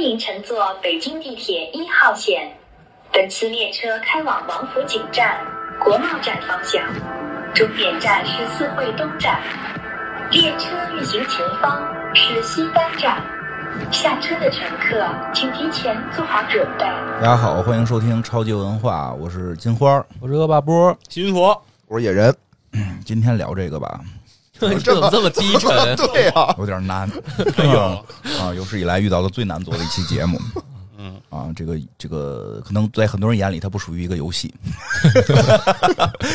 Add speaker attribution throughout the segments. Speaker 1: 您乘坐北京地铁一号线，本次列车开往王府井站、国贸站方向，终点站是四惠东站。列车运行前方是西单站，下车的乘客请提前做好准备。
Speaker 2: 大家好，欢迎收听超级文化，我是金花儿。
Speaker 3: 我是恶霸波，
Speaker 4: 金佛，
Speaker 5: 我是野人，？
Speaker 2: 今天聊这个吧，
Speaker 3: 你怎么这么低沉
Speaker 5: 对啊呀、
Speaker 2: 有点 难，
Speaker 4: 哎呦，
Speaker 2: 啊，有史以来遇到的最难做的一期节目。嗯啊，这个这个可能在很多人眼里，它不属于一个游戏，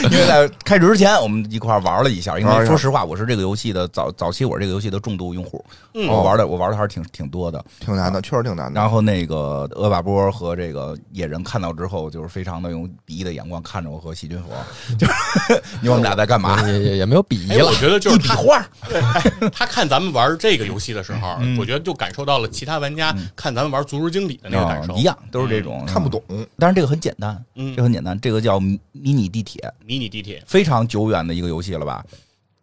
Speaker 2: 因为在开始之前我们一块儿玩了一下。因
Speaker 5: 玩
Speaker 2: 为
Speaker 5: 一下
Speaker 2: 说实话，我是这个游戏的早早期，我是这个游戏的重度用户，
Speaker 4: 嗯
Speaker 2: 我玩的我玩的还是挺挺多的。
Speaker 5: 挺难的，确实挺难的。
Speaker 2: 然后那个恶霸波和这个野人看到之后，就是非常的用鄙夷的眼光看着我和细菌佛，就是 你说我们俩在干嘛？
Speaker 3: 也也也没有鄙
Speaker 4: 哎，
Speaker 3: 夷了
Speaker 4: 我，觉得就
Speaker 2: 一
Speaker 4: 是
Speaker 2: 笔
Speaker 4: 他
Speaker 2: 画，
Speaker 4: 他看咱们玩这个游戏的时候，
Speaker 2: 嗯
Speaker 4: 我觉得就感受到了其他玩家看咱们玩《足球经理》的那个感受
Speaker 2: 啊嗯一。样，都是这种
Speaker 5: 看不。
Speaker 2: 嗯
Speaker 5: 懂，
Speaker 2: 当然这个很简单，
Speaker 4: 嗯
Speaker 2: 这个很简单，这个叫迷迷你地铁，
Speaker 4: 迷你地铁
Speaker 2: 非常久远的一个游戏了吧？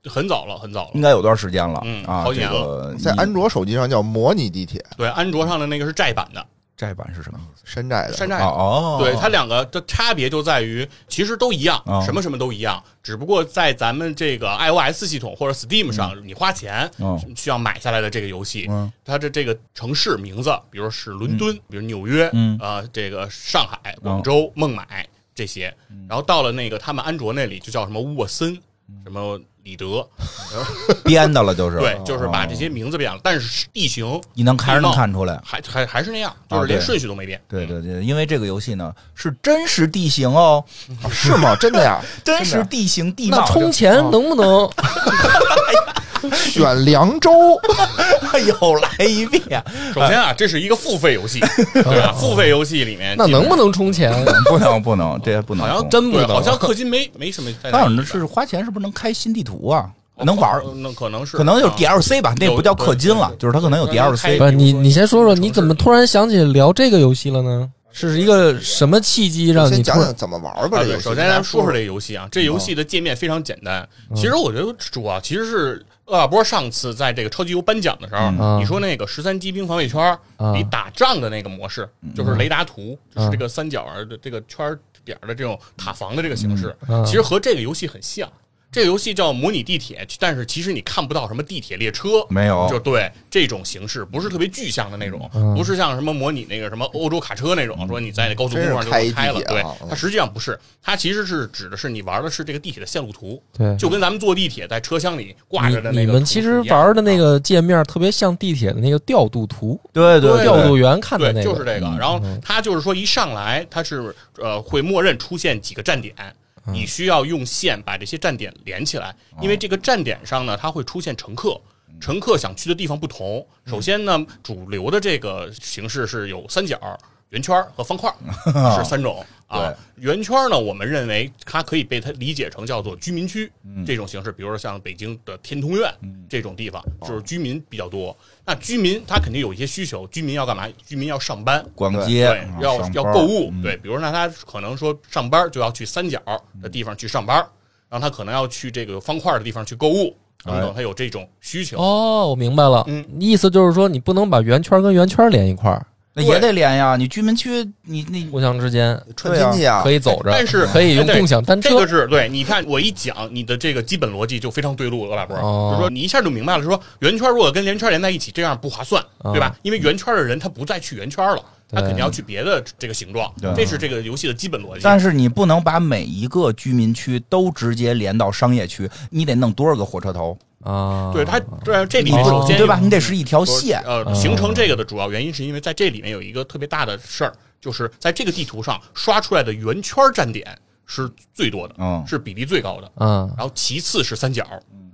Speaker 4: 很早了，很早
Speaker 2: 应
Speaker 4: 了。
Speaker 2: 该有段时间了
Speaker 4: 嗯
Speaker 2: 啊。
Speaker 4: 好几
Speaker 2: 这
Speaker 4: 年了
Speaker 2: 个
Speaker 5: 在
Speaker 2: 你
Speaker 5: 安卓手机上叫模拟地铁，
Speaker 4: 对，安卓上的那个是寨版的，
Speaker 2: 寨版是什么意思？
Speaker 5: 山寨的。
Speaker 4: 山寨
Speaker 2: 哦
Speaker 4: 的。
Speaker 2: 哦，
Speaker 4: 对它两个的差别就在于，其实都一样
Speaker 2: 哦，
Speaker 4: 什么什么都一样，只不过在咱们这个 iOS 系统或者 Steam 上，你花钱
Speaker 2: 嗯哦
Speaker 4: 需要买下来的这个游戏
Speaker 2: 嗯，
Speaker 4: 它的这个城市名字，比如是伦敦，比如纽约
Speaker 2: 嗯，哦
Speaker 4: 呃，这个上海、广州、孟买这些，
Speaker 2: 嗯
Speaker 4: 然后到了那个他们安卓那里就叫什么沃森，什么里德，
Speaker 2: 编的了，嗯就是哦
Speaker 4: 对，就是把这些名字变了，但是地形
Speaker 2: 你能还是能
Speaker 4: 地貌嗯
Speaker 2: 看出来。
Speaker 4: 还还还是那样，
Speaker 2: 啊
Speaker 4: 就是连
Speaker 2: 对
Speaker 4: 顺序都没变。
Speaker 2: 对对对，因为这个游戏呢是真实地形哦，
Speaker 5: 啊是吗？真 的呀？
Speaker 2: 真实地形地貌
Speaker 3: 那。充钱能不能？
Speaker 4: 哎
Speaker 5: 选凉州，
Speaker 2: 又来一 遍，
Speaker 4: 首先啊，这是一个付费游戏，对吧？付费游戏里面
Speaker 3: 那能不能充 钱？
Speaker 2: 不能不能，这不能
Speaker 4: 好像
Speaker 2: 充。
Speaker 3: 真不
Speaker 4: 对
Speaker 3: 能，
Speaker 4: 好像氪金没没什么 太大意义吧。
Speaker 2: 当然是花钱是不是能开新地图啊？能玩儿，
Speaker 4: 哦那可能是
Speaker 2: 可能就是
Speaker 4: 啊
Speaker 2: DLC 吧，那
Speaker 4: 有
Speaker 2: 不叫氪金了
Speaker 4: 对，对
Speaker 2: 就是它可能有
Speaker 4: 对对
Speaker 2: DLC
Speaker 3: 不是你，你先说说，你怎么突然想起聊这个游戏了呢？是一个什么契机让
Speaker 5: 先
Speaker 3: 你突
Speaker 5: 讲
Speaker 3: 然
Speaker 5: 讲怎么玩吧。
Speaker 4: 啊，
Speaker 5: 这游
Speaker 4: 对，
Speaker 5: 戏
Speaker 4: 首先咱们说说这
Speaker 5: 这
Speaker 4: 个游戏啊，这游戏的界面非常简单。其实我觉得主要其实是鄂尔波上次在这个超级游颁奖的时候，
Speaker 3: 嗯
Speaker 4: 你说那个十三机兵防卫圈儿
Speaker 3: 嗯
Speaker 4: 你打仗的那个模式，就是雷达图，就是这个三角儿的这个圈儿点儿的这种塔防的这个形式，
Speaker 3: 嗯
Speaker 4: 其实和这个游戏很像。这个游戏叫模拟地铁，但是其实你看不到什么地铁列车，
Speaker 2: 没有
Speaker 4: 就对这种形式不是特别具象的那种，
Speaker 3: 嗯
Speaker 4: 不是像什么模拟那个什么欧洲卡车那种，说你在那高速公路上就
Speaker 5: 真
Speaker 4: 能
Speaker 5: 是开
Speaker 4: 开
Speaker 5: 地
Speaker 4: 了，
Speaker 5: 铁
Speaker 4: 对
Speaker 5: 啊，
Speaker 4: 它实际上不是，它其实是指的是你玩的是这个地铁的线路图，
Speaker 3: 对
Speaker 4: 就跟咱们坐地铁在车厢里挂着的
Speaker 3: 你嗯
Speaker 4: 那
Speaker 3: 你
Speaker 4: 个
Speaker 3: 们
Speaker 4: 图
Speaker 3: 其
Speaker 4: 是
Speaker 3: 实
Speaker 4: 一样啊
Speaker 3: 玩的那个界面特别像地铁的那个调度图，
Speaker 2: 对对
Speaker 3: 调度员看的
Speaker 4: 对，
Speaker 3: 那个，嗯
Speaker 4: 就是这个。然后它就是说，一上来它是呃会默认出现几个站点，
Speaker 3: 嗯
Speaker 4: 你需要用线把这些站点连起来，
Speaker 3: 哦
Speaker 4: 因为这个站点上呢，它会出现乘客。
Speaker 3: 嗯
Speaker 4: 乘客想去的地方不同，首先呢，主流的这个形式是有三角、圆圈和方块， 是三种啊
Speaker 2: 对。
Speaker 4: 圆圈呢，我们认为它可以被它理解成叫做居民区
Speaker 2: 嗯
Speaker 4: 这种形式，比如说像北京的天通苑这种地方，
Speaker 2: 哦
Speaker 4: 就是居民比较多。那居民他肯定有一些需求，居民要干嘛？居民要上班，
Speaker 2: 逛街啊
Speaker 4: 对，要
Speaker 2: 上班嗯
Speaker 4: 要购物，对，比如那他可能说上班就要去三角的地方去上
Speaker 2: 嗯
Speaker 4: 班，然后他可能要去这个方块的地方去购物等
Speaker 2: 哎
Speaker 4: 等，他有这种需求。
Speaker 3: 哦，我明白了，
Speaker 4: 嗯
Speaker 3: 意思就是说你不能把圆圈跟圆圈连一块儿，
Speaker 2: 那也得连呀。你居民区，你你
Speaker 3: 互相之间
Speaker 5: 串亲戚啊，
Speaker 3: 可以走着，
Speaker 4: 但是
Speaker 3: 可以用
Speaker 4: 哎对
Speaker 3: 共享单车
Speaker 4: 这个是对，你看我一讲，你的这个基本逻辑就非常对路了，老伯，
Speaker 3: 哦
Speaker 4: 就是说你一下就明白了，说圆圈如果跟圆圈连在一起，这样不划算，
Speaker 2: 哦
Speaker 4: 对吧？因为圆圈的人他不再去圆圈了，他
Speaker 3: 对
Speaker 4: 肯定要去别的这个形状，
Speaker 2: 对
Speaker 4: 这是这个游戏的基本逻辑。
Speaker 2: 但是你不能把每一个居民区都直接连到商业区，你得弄多少个火车头，
Speaker 3: 啊，
Speaker 4: 对它，对这里
Speaker 2: 哦你
Speaker 4: 面
Speaker 2: 不
Speaker 4: 首先
Speaker 2: 对
Speaker 4: 有
Speaker 2: 吧？你得啊是一条线，
Speaker 4: 呃，形成这个的主要原因是因为在这里面有一个特别大的事儿，就是在这个地图上刷出来的圆圈站点是最多的，
Speaker 2: 嗯
Speaker 4: 是比例最高的。
Speaker 3: 嗯
Speaker 4: 然后其次是三角，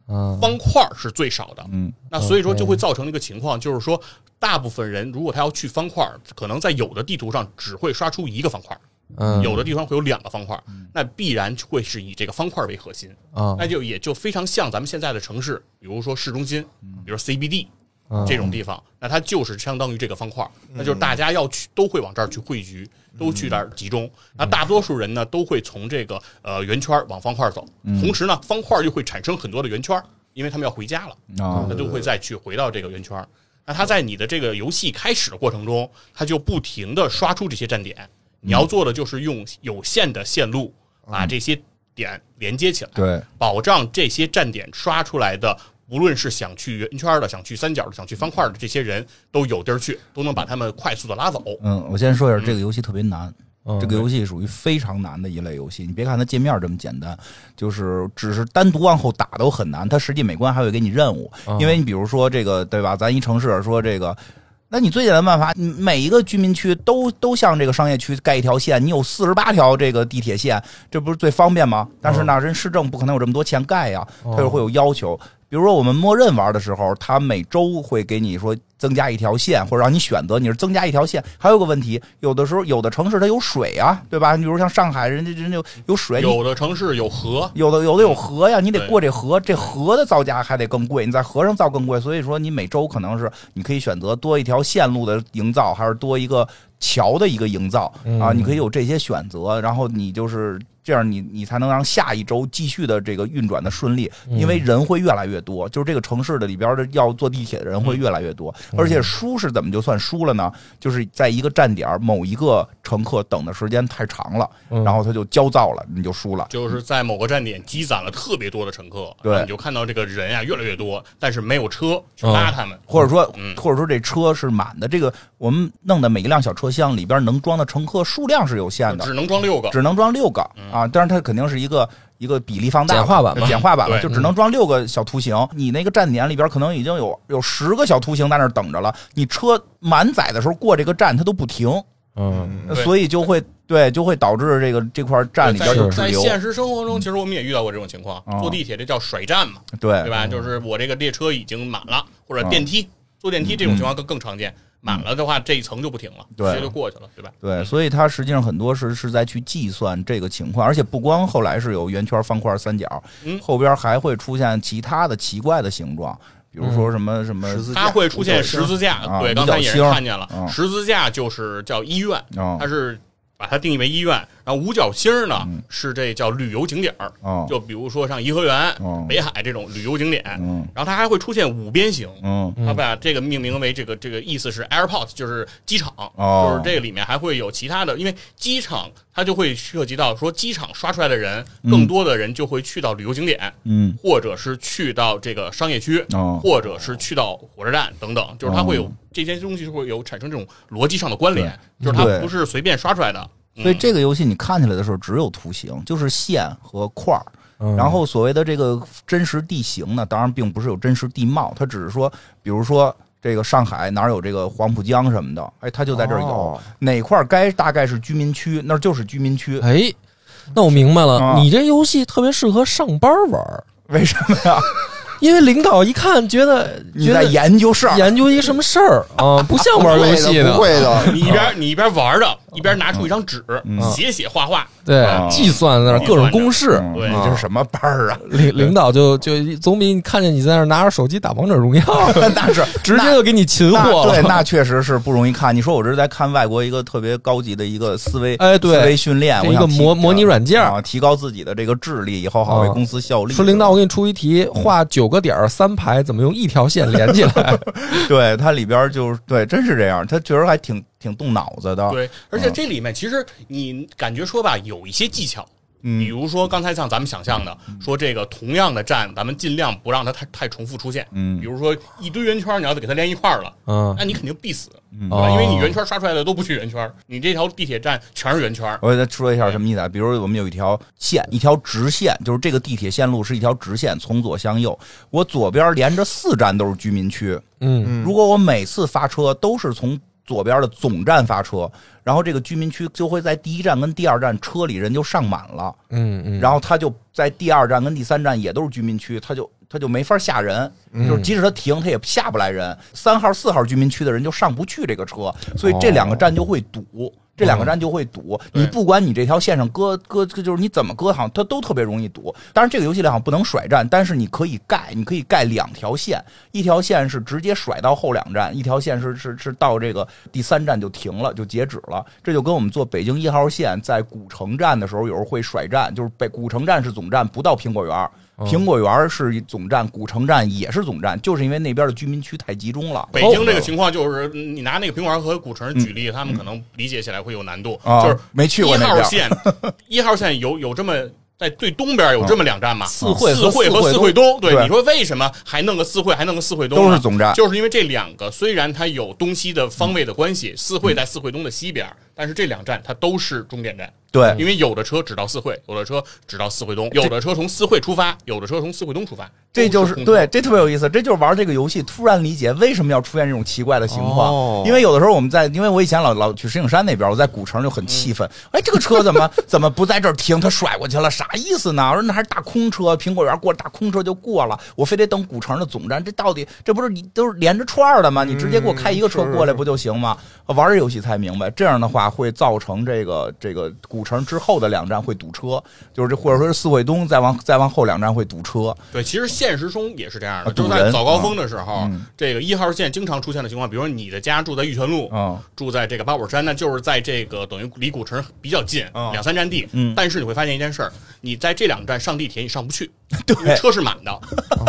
Speaker 3: 嗯，
Speaker 4: 方块儿是最少的。
Speaker 2: 嗯，
Speaker 4: 那所以说就会造成一个情况，就是说大部分人如果他要去方块儿，可能在有的地图上只会刷出一个方块儿，
Speaker 3: 嗯
Speaker 4: 有的地方会有两个方块儿，那必然会是以这个方块儿为核心。
Speaker 3: 啊
Speaker 4: 那就也就非常像咱们现在的城市，比如说市中心，比如 CBD
Speaker 3: 嗯
Speaker 4: 这种地方，那它就是相当于这个方块儿，那就是大家要去都会往这儿去汇聚，
Speaker 3: 嗯
Speaker 4: 都去这儿集中。那大多数人呢都会从这个呃圆圈儿往方块儿走，
Speaker 3: 嗯
Speaker 4: 同时呢方块儿又会产生很多的圆圈儿，因为他们要回家了，
Speaker 2: 啊
Speaker 4: 那就会再去回到这个圆圈儿。那它在你的这个游戏开始的过程中，它就不停的刷出这些站点。你要做的就是用有限的线路把这些点连接起来，
Speaker 2: 嗯对，
Speaker 4: 保障这些站点刷出来的，无论是想去圆圈的、想去三角的、想去方块的这些人，都有地儿去，都能把他们快速的拉走。
Speaker 2: 嗯，我先说一下，这个游戏特别难。
Speaker 3: 嗯
Speaker 2: 这个游戏属于非常难的一类游戏，你别看它界面这么简单，就是只是单独往后打都很难。它实际每关还会给你任务，因为你比如说这个对吧？咱一城市说这个，那你最简单的办法，你每一个居民区都都向这个商业区盖一条线，你有四十八条这个地铁线，这不是最方便吗？但是呢，人市政不可能有这么多钱盖呀，
Speaker 3: 嗯
Speaker 2: 它就会有要求。比如说我们默认玩的时候，它每周会给你说增加一条线，或者让你选择你是增加一条线。还有个问题，有的时候有的城市它有水啊，对吧？你比如像上海，人家人家有有水，你
Speaker 4: 有的城市有河，
Speaker 2: 有的有的有河呀，你得
Speaker 4: 对
Speaker 2: 过这河，这河的造价还得更贵，你在河上造更贵，所以说你每周可能是你可以选择多一条线路的营造，还是多一个桥的一个营造
Speaker 3: 嗯
Speaker 2: 啊，你可以有这些选择，然后你就是这样你，你才能让下一周继续的这个运转的顺利，因为人会越来越多，就是这个城市的里边的要坐地铁的人会越来越多，而且输是怎么就算输了呢？就是在一个站点儿某一个乘客等的时间太长了，
Speaker 3: 嗯
Speaker 2: 然后他就焦躁了，你就输了。
Speaker 4: 就是在某个站点积攒了特别多的乘客，
Speaker 2: 对嗯
Speaker 4: 然后你就看到这个人啊越来越多，但是没有车去拉他们。
Speaker 2: 或者说，
Speaker 4: 嗯
Speaker 2: 或者说这车是满的，这个我们弄的每一辆小车厢里边能装的乘客数量是有限的
Speaker 4: 只，能装六个，
Speaker 2: 只能装六个
Speaker 4: 嗯
Speaker 2: 啊。当然，它肯定是一个一个比例放大
Speaker 3: 简化版嘛
Speaker 2: 简化版嘛，
Speaker 4: 对嗯
Speaker 2: 就只能装六个小图形。你那个站点里边可能已经有有十个小图形在那儿等着了，你车满载的时候过这个站它都不停，
Speaker 3: 嗯
Speaker 4: 对
Speaker 2: 所以就会对就会导致这个这块站里边就滞
Speaker 4: 在在
Speaker 2: 留。
Speaker 4: 现实生活中，其实我们也遇到过这种情况。
Speaker 2: 嗯
Speaker 4: 坐地铁这叫甩站嘛，
Speaker 2: 对
Speaker 4: 对吧？就是我这个列车已经满了，或者
Speaker 2: 嗯
Speaker 4: 电梯坐电梯这种情况更更常见。满了的话，这一层就不停了，
Speaker 2: 对
Speaker 4: 直接就过去了，对吧？
Speaker 2: 对，所以它实际上很多是是在去计算这个情况，而且不光后来是有圆圈、方块、三角，
Speaker 4: 嗯
Speaker 2: 后边还会出现其他的奇怪的形状，比如
Speaker 4: 嗯
Speaker 2: 说什么什么
Speaker 5: 十字架
Speaker 4: 它会出现十字
Speaker 2: 啊
Speaker 4: 架，对，
Speaker 2: 五
Speaker 4: 刚
Speaker 2: 角
Speaker 4: 才也是
Speaker 2: 星
Speaker 4: 看见了
Speaker 2: 嗯，
Speaker 4: 十字架就是叫医院，
Speaker 2: 啊
Speaker 4: 它是把它定义为医院，然后五角星儿呢
Speaker 2: 嗯
Speaker 4: 是这叫旅游景点儿，
Speaker 2: 啊，
Speaker 4: 就比如说像颐和园
Speaker 2: 嗯、
Speaker 4: 北海这种旅游景点，
Speaker 2: 嗯
Speaker 4: 然后它还会出现五边形，
Speaker 2: 嗯
Speaker 4: 他把这个命名为这个这个意思是 airport，就是机场，
Speaker 2: 哦
Speaker 4: 就是这个里面还会有其他的，因为机场它就会涉及到说机场刷出来的人，更多的人就会去到旅游景点，
Speaker 2: 嗯
Speaker 4: 或者是去到这个商业区，
Speaker 3: 啊
Speaker 2: 哦
Speaker 4: 或者是去到火车站等等，就是它会有、这些东西会有产生这种逻辑上的关联，就是它
Speaker 2: 对
Speaker 4: 不是随便刷出来的。嗯
Speaker 2: 所以这个游戏你看起来的时候只有图形，就是线和块儿。
Speaker 3: 嗯
Speaker 2: 然后所谓的这个真实地形呢，当然并不是有真实地貌，它只是说，比如说这个上海哪儿有这个黄浦江什么的，哎，它就在这儿有、
Speaker 5: 哦
Speaker 2: 哪块儿该大概是居民区，那儿就是居民区。
Speaker 3: 哎，那我明白了，
Speaker 2: 啊
Speaker 3: 你这游戏特别适合上班玩儿，
Speaker 2: 为什么呀？
Speaker 3: 因为领导一看觉得
Speaker 2: 你
Speaker 3: 觉
Speaker 2: 在
Speaker 3: 得
Speaker 2: 研究事儿？
Speaker 3: 研究一什么事 儿啊，不像玩游戏
Speaker 5: 不会 的，
Speaker 4: 你一边你一边玩着，
Speaker 2: 哦
Speaker 4: 一边拿出一张纸
Speaker 2: 嗯
Speaker 4: 写写画画，
Speaker 3: 对
Speaker 2: 啊，
Speaker 3: 计算在那儿各种公式，
Speaker 2: 嗯
Speaker 4: 对
Speaker 2: 你这是什么班儿啊？
Speaker 3: 领 领导就就总比你看见你在那儿拿着手机打王者荣耀，
Speaker 2: 那是
Speaker 3: 直接就给你擒
Speaker 2: 那
Speaker 3: 获了。
Speaker 2: 对，那确实是不容易看。你说我这是在看外国一个特别高级的一个思维，
Speaker 3: 哎
Speaker 2: 思
Speaker 3: 对
Speaker 2: 维训练，
Speaker 3: 这
Speaker 2: 我
Speaker 3: 一个
Speaker 2: 想提
Speaker 3: 模模拟软件
Speaker 2: 啊，提高自己的这个智力，以后好为
Speaker 3: 啊
Speaker 2: 公司效力。
Speaker 3: 说领导，我给你出一题，画九个点儿三排，怎么用一条线连起来？
Speaker 2: 对它里边儿就是对，真是这样，它确实还挺挺动脑子的。
Speaker 4: 对，而且这里面其实你感觉说吧，有一些技巧，比
Speaker 2: 嗯
Speaker 4: 如说刚才像咱们想象的，说这个同样的站，咱们尽量不让它太太重复出现。
Speaker 2: 嗯
Speaker 4: 比如说一堆圆圈，你要是给它连一块儿了，
Speaker 3: 嗯
Speaker 4: 那你肯定必死，对
Speaker 3: 哦
Speaker 4: 吧？因为你圆圈刷出来的都不去圆圈，你这条地铁站全是圆圈。
Speaker 2: 我给再说一下什么意思啊？比如我们有一条线，一条直线，就是这个地铁线路是一条直线，从左向右。我左边连着四站都是居民区，
Speaker 3: 嗯
Speaker 2: 如果我每次发车都是从左边的总站发车，然后这个居民区就会在第一站跟第二站车里人就上满了，
Speaker 3: 嗯嗯，
Speaker 2: 然后他就在第二站跟第三站也都是居民区，他就他就没法下人，就是即使他停，他也下不来人。三号、四号居民区的人就上不去这个车，所以这两个站就会堵。这两个站就会堵，
Speaker 4: 对
Speaker 2: 你不管你这条线上搁搁，就是你怎么搁，好像它都特别容易堵。当然，这个游戏里好像不能甩站，但是你可以盖，你可以盖两条线，一条线是直接甩到后两站，一条线是是是到这个第三站就停了，就截止了。这就跟我们坐北京一号线在古城站的时候，有时候会甩站，就是北古城站是总站，不到苹果园儿。苹果园是总站，古城站也是总站，就是因为那边的居民区太集中了。
Speaker 4: 北京这个情况就是，嗯你拿那个平房和古城举例，他们可能理解起来会有难度。
Speaker 2: 啊
Speaker 4: 就是
Speaker 2: 没去过
Speaker 4: 一
Speaker 2: 那
Speaker 4: 号
Speaker 2: 边
Speaker 4: 线，一号线有有这么在最东边
Speaker 2: 嗯
Speaker 4: 有这么两站嘛？
Speaker 3: 四惠和
Speaker 4: 四惠和
Speaker 3: 四惠东
Speaker 4: 四惠东。对，
Speaker 2: 对
Speaker 4: 你说为什么还弄个四惠，还弄个四惠东呢？
Speaker 2: 都是总站
Speaker 4: 就是因为这两个虽然它有东西的方位的关
Speaker 2: 嗯
Speaker 4: 系，四惠在四惠东的西边，但是这两站它都是终点站。
Speaker 2: 对，
Speaker 4: 因为有的车只到四惠，有的车只到四惠东，有的车从四惠出发，有的车从四惠东出发。
Speaker 2: 这
Speaker 4: 都
Speaker 2: 就是
Speaker 4: 共
Speaker 2: 对，这特别有意思，这就是玩这个游戏，突然理解为什么要出现这种奇怪的情况。
Speaker 5: 哦
Speaker 2: 因为有的时候我们在，因为我以前老老去石景山那边，我在古城就很气
Speaker 5: 嗯
Speaker 2: 愤，哎，这个车怎么怎么不在这儿停？他甩过去了，啥意思呢？我说那还是大空车，苹果园过大空车就过了，我非得等古城的总站，这到底这不是你都是连着串儿的吗？你直接给我开一个车
Speaker 5: 嗯是
Speaker 2: 过来不就行吗？玩这游戏才明白，这样的话会造成这个这个古城之后的两站会堵车，就是这或者说是四惠东再往再往后两站会堵车。
Speaker 4: 对，其实现实中也是这样的，
Speaker 2: 啊
Speaker 4: 就
Speaker 2: 堵
Speaker 4: 是在
Speaker 2: 人
Speaker 4: 早高峰的时候，
Speaker 2: 啊嗯
Speaker 4: 这个一号线经常出现的情况，比如说你的家住在玉泉路，
Speaker 2: 嗯
Speaker 4: 住在这个八宝山，那就是在这个等于离古城比较近，
Speaker 2: 啊
Speaker 4: 两三站地。
Speaker 2: 嗯
Speaker 4: 但是你会发现一件事儿，你在这两站上地铁你上不 去，
Speaker 2: 对哦
Speaker 4: 因为车是满的。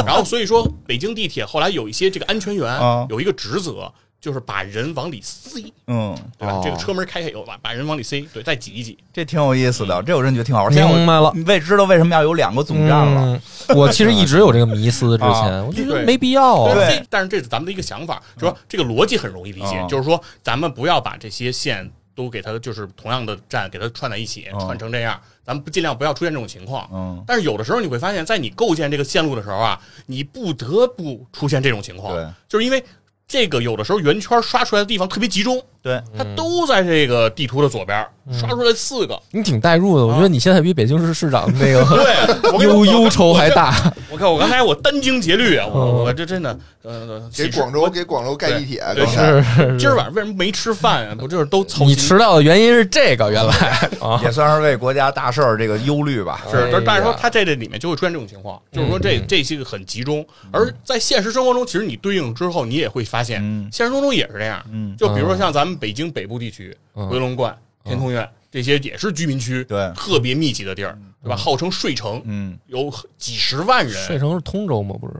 Speaker 4: 然后所以说，北京地铁后来有一些这个安全员、
Speaker 2: 啊
Speaker 4: 有一个职责，就是把人往里塞，
Speaker 2: 嗯，
Speaker 4: 对吧？
Speaker 5: 哦
Speaker 4: 这个车门开开以后，把把人往里塞，对，再挤一挤。
Speaker 2: 这挺有意思
Speaker 4: 嗯
Speaker 2: 的，这我真觉得挺好玩。现在我
Speaker 3: 明白了。
Speaker 2: 你为知道为什么要有两个总站了？
Speaker 3: 嗯，我其实一直有这个迷思，之前
Speaker 2: 啊
Speaker 3: 我觉得
Speaker 4: 对
Speaker 3: 没必要啊。
Speaker 4: 但
Speaker 2: 对
Speaker 4: 是这但是这是咱们的一个想法，就是说这个逻辑很容易理解，
Speaker 2: 嗯
Speaker 4: 就是说咱们不要把这些线都给它就是同样的站给它串在一起，
Speaker 2: 嗯
Speaker 4: 串成这样，咱们不尽量不要出现这种情况。
Speaker 2: 嗯，
Speaker 4: 但是有的时候你会发现，在你构建这个线路的时候啊，你不得不出现这种情况
Speaker 2: 对，
Speaker 4: 就是因为这个有的时候圆圈刷出来的地方特别集中，
Speaker 2: 对，
Speaker 4: 它都在这个地图的左边，
Speaker 2: 嗯
Speaker 4: 刷出来四个。
Speaker 3: 你挺代入的，我觉得你现在比北京市市长那个
Speaker 4: 对，我跟 你
Speaker 3: 忧
Speaker 4: 说
Speaker 3: 忧愁还。大。
Speaker 4: 我看我刚才我担惊竭虑啊，我
Speaker 2: 哦
Speaker 3: 嗯
Speaker 4: 我这真的呃，
Speaker 5: 给
Speaker 4: 几十
Speaker 5: 广州给广州盖地铁，
Speaker 4: 对
Speaker 5: 刚才
Speaker 3: 是是，
Speaker 4: 今儿晚上为什么没吃饭啊？不就是都操 心
Speaker 3: 你迟到的原因是这个，原来啊，
Speaker 2: 也算是为国家大事儿这个忧虑吧。
Speaker 4: 是，但但是说
Speaker 3: 哎呀嗯
Speaker 4: 他在这里面就会出现这种情况，就是说这这些个很集中，而在现实生活中，其实你对应之后，你也会发现，
Speaker 2: 嗯
Speaker 4: 现实生活中也是这样。
Speaker 2: 嗯
Speaker 4: 就比如说像咱们北京北部地区，
Speaker 3: 嗯
Speaker 4: 回龙观、天通苑这些也是居民区，
Speaker 2: 对
Speaker 4: 特别密集的地儿，
Speaker 3: 嗯
Speaker 4: 对吧？号称睡城，
Speaker 2: 嗯，
Speaker 4: 有几十万人，
Speaker 3: 睡城是通州吗？不是，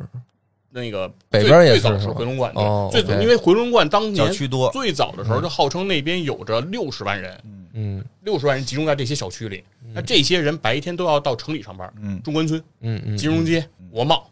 Speaker 4: 那个
Speaker 3: 北边也
Speaker 4: 最
Speaker 3: 是
Speaker 4: 最早
Speaker 3: 是
Speaker 4: 是
Speaker 3: 吧
Speaker 4: 回龙观，
Speaker 3: 哦
Speaker 4: 对，最
Speaker 3: OK
Speaker 4: 早因为回龙观当
Speaker 2: 小
Speaker 4: 年
Speaker 2: 区多，
Speaker 4: 最早的时候就号称那边有着六十万人，
Speaker 3: 嗯
Speaker 4: 六十万人集中在这些小区里，那这些人白天都要到城里上班，
Speaker 2: 嗯
Speaker 4: 中关村、
Speaker 3: 嗯嗯，
Speaker 4: 金融街、国贸，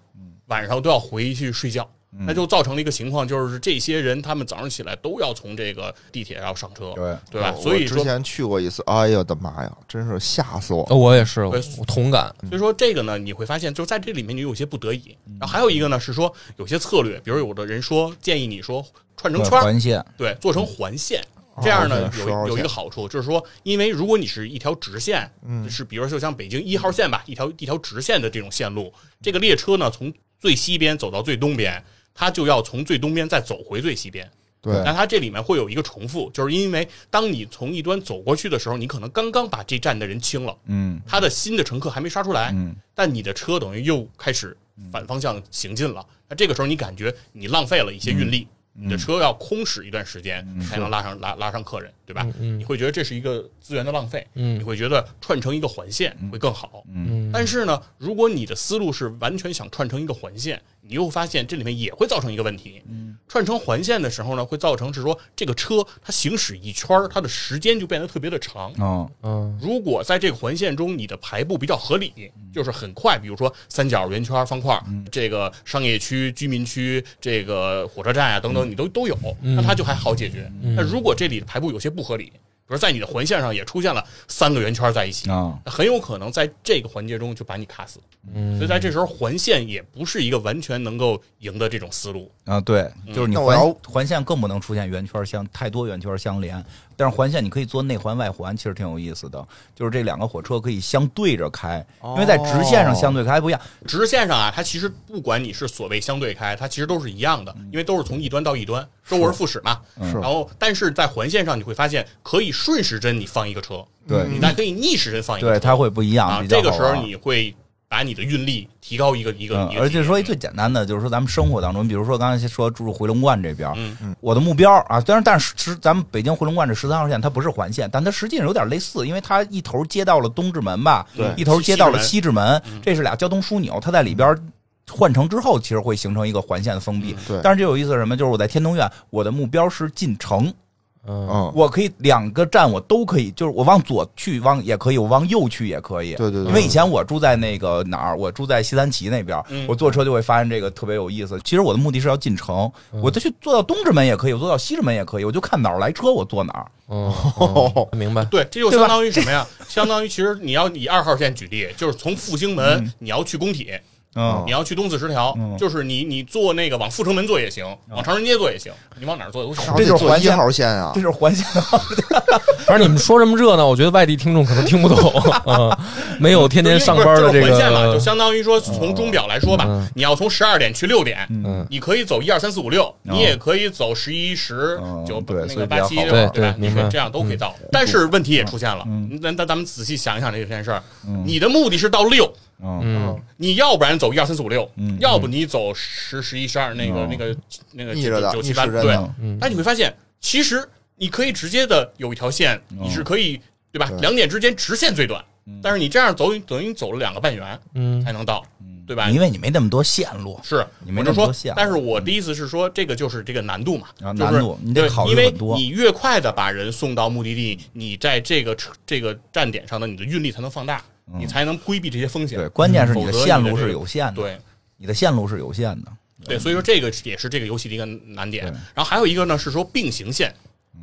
Speaker 4: 晚上都要回去睡觉，那就造成了一个情况，就是这些人他们早上起来都要从这个地铁要上车，
Speaker 2: 对
Speaker 4: 对吧？
Speaker 5: 啊我
Speaker 4: 所以
Speaker 5: 之
Speaker 4: 说，
Speaker 5: 前去过一次，哎呦我的妈呀，真是吓死我！
Speaker 3: 哦，我也是，我
Speaker 4: 对
Speaker 3: 我同感。
Speaker 4: 所以说这个呢，你会发现就在这里面你有些不得已，然后还有一个呢是说有些策略，比如有的人说建议你说串成
Speaker 2: 对
Speaker 4: 圈儿，
Speaker 2: 环线，
Speaker 4: 对，做成环线。这样呢
Speaker 5: 哦，是
Speaker 4: 有
Speaker 5: 十号
Speaker 4: 有一
Speaker 5: 线
Speaker 4: 个好处，就是说，因为如果你是一条直线，
Speaker 5: 嗯
Speaker 4: 就是比如说像北京一号线吧，一条一条直线的这种线路，这个列车呢从最西边走到最东边，它就要从最东边再走回最西边。
Speaker 5: 对
Speaker 4: 那它这里面会有一个重复，就是因为当你从一端走过去的时候，你可能刚刚把这站的人清了，
Speaker 2: 嗯
Speaker 4: 他的新的乘客还没刷出来，
Speaker 2: 嗯
Speaker 4: 但你的车等于又开始反方向行进了。那这个时候你感觉你浪费了一些运力，
Speaker 2: 嗯
Speaker 4: 你的车要空驶一段时间才能拉上拉拉上客人，对吧？你会觉得这是一个资源的浪费，
Speaker 3: 嗯
Speaker 4: 你会觉得串成一个环线会更好。
Speaker 3: 嗯
Speaker 4: 但是呢，如果你的思路是完全想串成一个环线，你又发现这里面也会造成一个问题。
Speaker 2: 嗯
Speaker 4: 串成环线的时候呢，会造成是说这个车它行驶一圈儿，它的时间就变得特别的长。
Speaker 2: 嗯
Speaker 3: 嗯
Speaker 4: 如果在这个环线中，你的排布比较合理，就是很快，比如说三角、圆圈、方块，这个商业区、居民区、这个火车站啊等等，你都都有，那它就还好解决。那如果这里的排布有些不合理，比如在你的环线上也出现了三个圆圈在一起，
Speaker 2: 啊，
Speaker 4: 那很有可能在这个环节中就把你卡死。所以在这时候，环线也不是一个完全能够赢的这种思路。
Speaker 2: 啊，对，
Speaker 4: 嗯
Speaker 2: 就是你
Speaker 5: 那我
Speaker 2: 环
Speaker 5: 要
Speaker 2: 环线更不能出现圆圈相太多圆圈相连，但是环线你可以做内环外环，其实挺有意思的，就是这两个火车可以相对着开，因为在直线
Speaker 4: 哦
Speaker 2: 上相对开不一样，
Speaker 4: 直线上啊，它其实不管你是所谓相对开，它其实都是一样的，因为都是从一端到一端，周而复始嘛。
Speaker 5: 是
Speaker 4: 然后，但是在环线上你会发现，可以顺时针你放一个车，
Speaker 2: 对
Speaker 4: 你再可以逆时针放一个
Speaker 2: 对，
Speaker 4: 车。
Speaker 2: 它会不一样，
Speaker 4: 嗯啊，
Speaker 2: 比较
Speaker 4: 这个时
Speaker 2: 好玩
Speaker 4: 候你会把你的运力提高一个一个
Speaker 2: 嗯
Speaker 4: 一，个。
Speaker 2: 而且说最简单的就是说，咱们生活当中，比如说刚才说住回龙观这边，
Speaker 4: 嗯
Speaker 2: 我的目标啊，虽然但是实咱们北京回龙观这十三号线它不是环线，但它实际上有点类似，因为它一头接到了东直门吧，
Speaker 4: 对
Speaker 2: 一头接到了
Speaker 4: 西
Speaker 2: 西直门，这是俩交通枢纽，它在里边换乘之后，其实会形成一个环线的封闭。
Speaker 5: 对，
Speaker 2: 但是这有意思是什么？就是我在天通苑，我的目标是进城，
Speaker 3: 嗯，
Speaker 5: 嗯，
Speaker 2: 我可以两个站我都可以，就是我往左去往也可以，我往右去也可以。
Speaker 5: 对对对
Speaker 2: 因为以前我住在那个哪儿，我住在西三旗那边，
Speaker 4: 嗯
Speaker 2: 我坐车就会发现这个特别有意思。其实我的目的是要进城，
Speaker 5: 嗯
Speaker 2: 我再去坐到东直门也可以，我坐到西直门也可以，我就看哪儿来车我坐哪儿。
Speaker 3: 哦，嗯明白。
Speaker 4: 对，这就
Speaker 2: 对吧
Speaker 4: 相当于什么呀？相当于其实你要以二号线举例，就是从复兴门你要去工体，
Speaker 2: 嗯
Speaker 5: 哦
Speaker 4: 你要去东四十条，
Speaker 2: 嗯
Speaker 4: 就是你你坐那个往阜成门坐也行，往长顺街坐也行，你往哪儿坐都行
Speaker 5: 然。后
Speaker 2: 这就是
Speaker 5: 得坐
Speaker 2: 环
Speaker 5: 一
Speaker 2: 线
Speaker 5: 号线啊
Speaker 2: 这，是环线，
Speaker 3: 反正你们说这么热闹，我觉得外地听众可能听不懂 啊，没有天天上班的
Speaker 4: 就
Speaker 3: 这
Speaker 4: 是
Speaker 3: 个
Speaker 4: 环线嘛，就相当于说从钟表来说吧，
Speaker 3: 嗯
Speaker 4: 你要从十二点去六点，
Speaker 3: 嗯哦
Speaker 4: 你可以走一二三四五六，你也可以走十一十
Speaker 2: 嗯
Speaker 4: 九
Speaker 2: 对
Speaker 4: 那
Speaker 2: 所以
Speaker 4: 个
Speaker 2: 比
Speaker 4: 八
Speaker 2: 较
Speaker 4: 七
Speaker 2: 好
Speaker 4: 吧
Speaker 3: 对
Speaker 4: 吧？
Speaker 3: 对
Speaker 4: 你
Speaker 3: 明白嗯
Speaker 4: 这样都可以到。但是问题也出现了，嗯那那咱们仔细想一想这件事儿，你的目的是到六，
Speaker 2: 嗯
Speaker 3: 嗯
Speaker 4: 你要不然走一二三四五六
Speaker 2: 嗯，
Speaker 4: 要不你走十十一十二那个
Speaker 2: 嗯
Speaker 4: 那个那个
Speaker 5: 逆着的
Speaker 4: 九
Speaker 5: 逆
Speaker 4: 七
Speaker 5: 时
Speaker 4: 八
Speaker 5: 针的
Speaker 4: 对。
Speaker 3: 嗯
Speaker 4: 那你会发现，其实你可以直接的有一条线，你是可以对吧
Speaker 5: 对？
Speaker 4: 两点之间直线最短
Speaker 2: 哦嗯，
Speaker 4: 但是你这样走等于走了两个半圆
Speaker 3: 嗯
Speaker 4: 才能到，对吧？
Speaker 2: 因为你没那么多线路，
Speaker 4: 是，
Speaker 2: 你没
Speaker 4: 我
Speaker 2: 那
Speaker 4: 就
Speaker 2: 么多
Speaker 4: 说
Speaker 2: 线，嗯
Speaker 4: 但是我的意思是说，这个就是这个难度嘛，
Speaker 2: 啊
Speaker 4: 就是
Speaker 2: 难度你得
Speaker 4: 对
Speaker 2: 考虑
Speaker 4: 因为
Speaker 2: 很多
Speaker 4: 你越快的把人送到目的地，你在这个车这个站点上的你的运力才能放大，你才能规避这些风险。
Speaker 2: 嗯
Speaker 4: 嗯
Speaker 2: 对，关键是你的
Speaker 4: 否嗯则
Speaker 2: 线路
Speaker 4: 这
Speaker 2: 是
Speaker 4: 个
Speaker 2: 有限的，
Speaker 4: 对。
Speaker 2: 你的线路是有限的。
Speaker 4: 对，所以说这个也是这个游戏的一个难点
Speaker 2: 对。
Speaker 4: 然后还有一个呢是说并行线，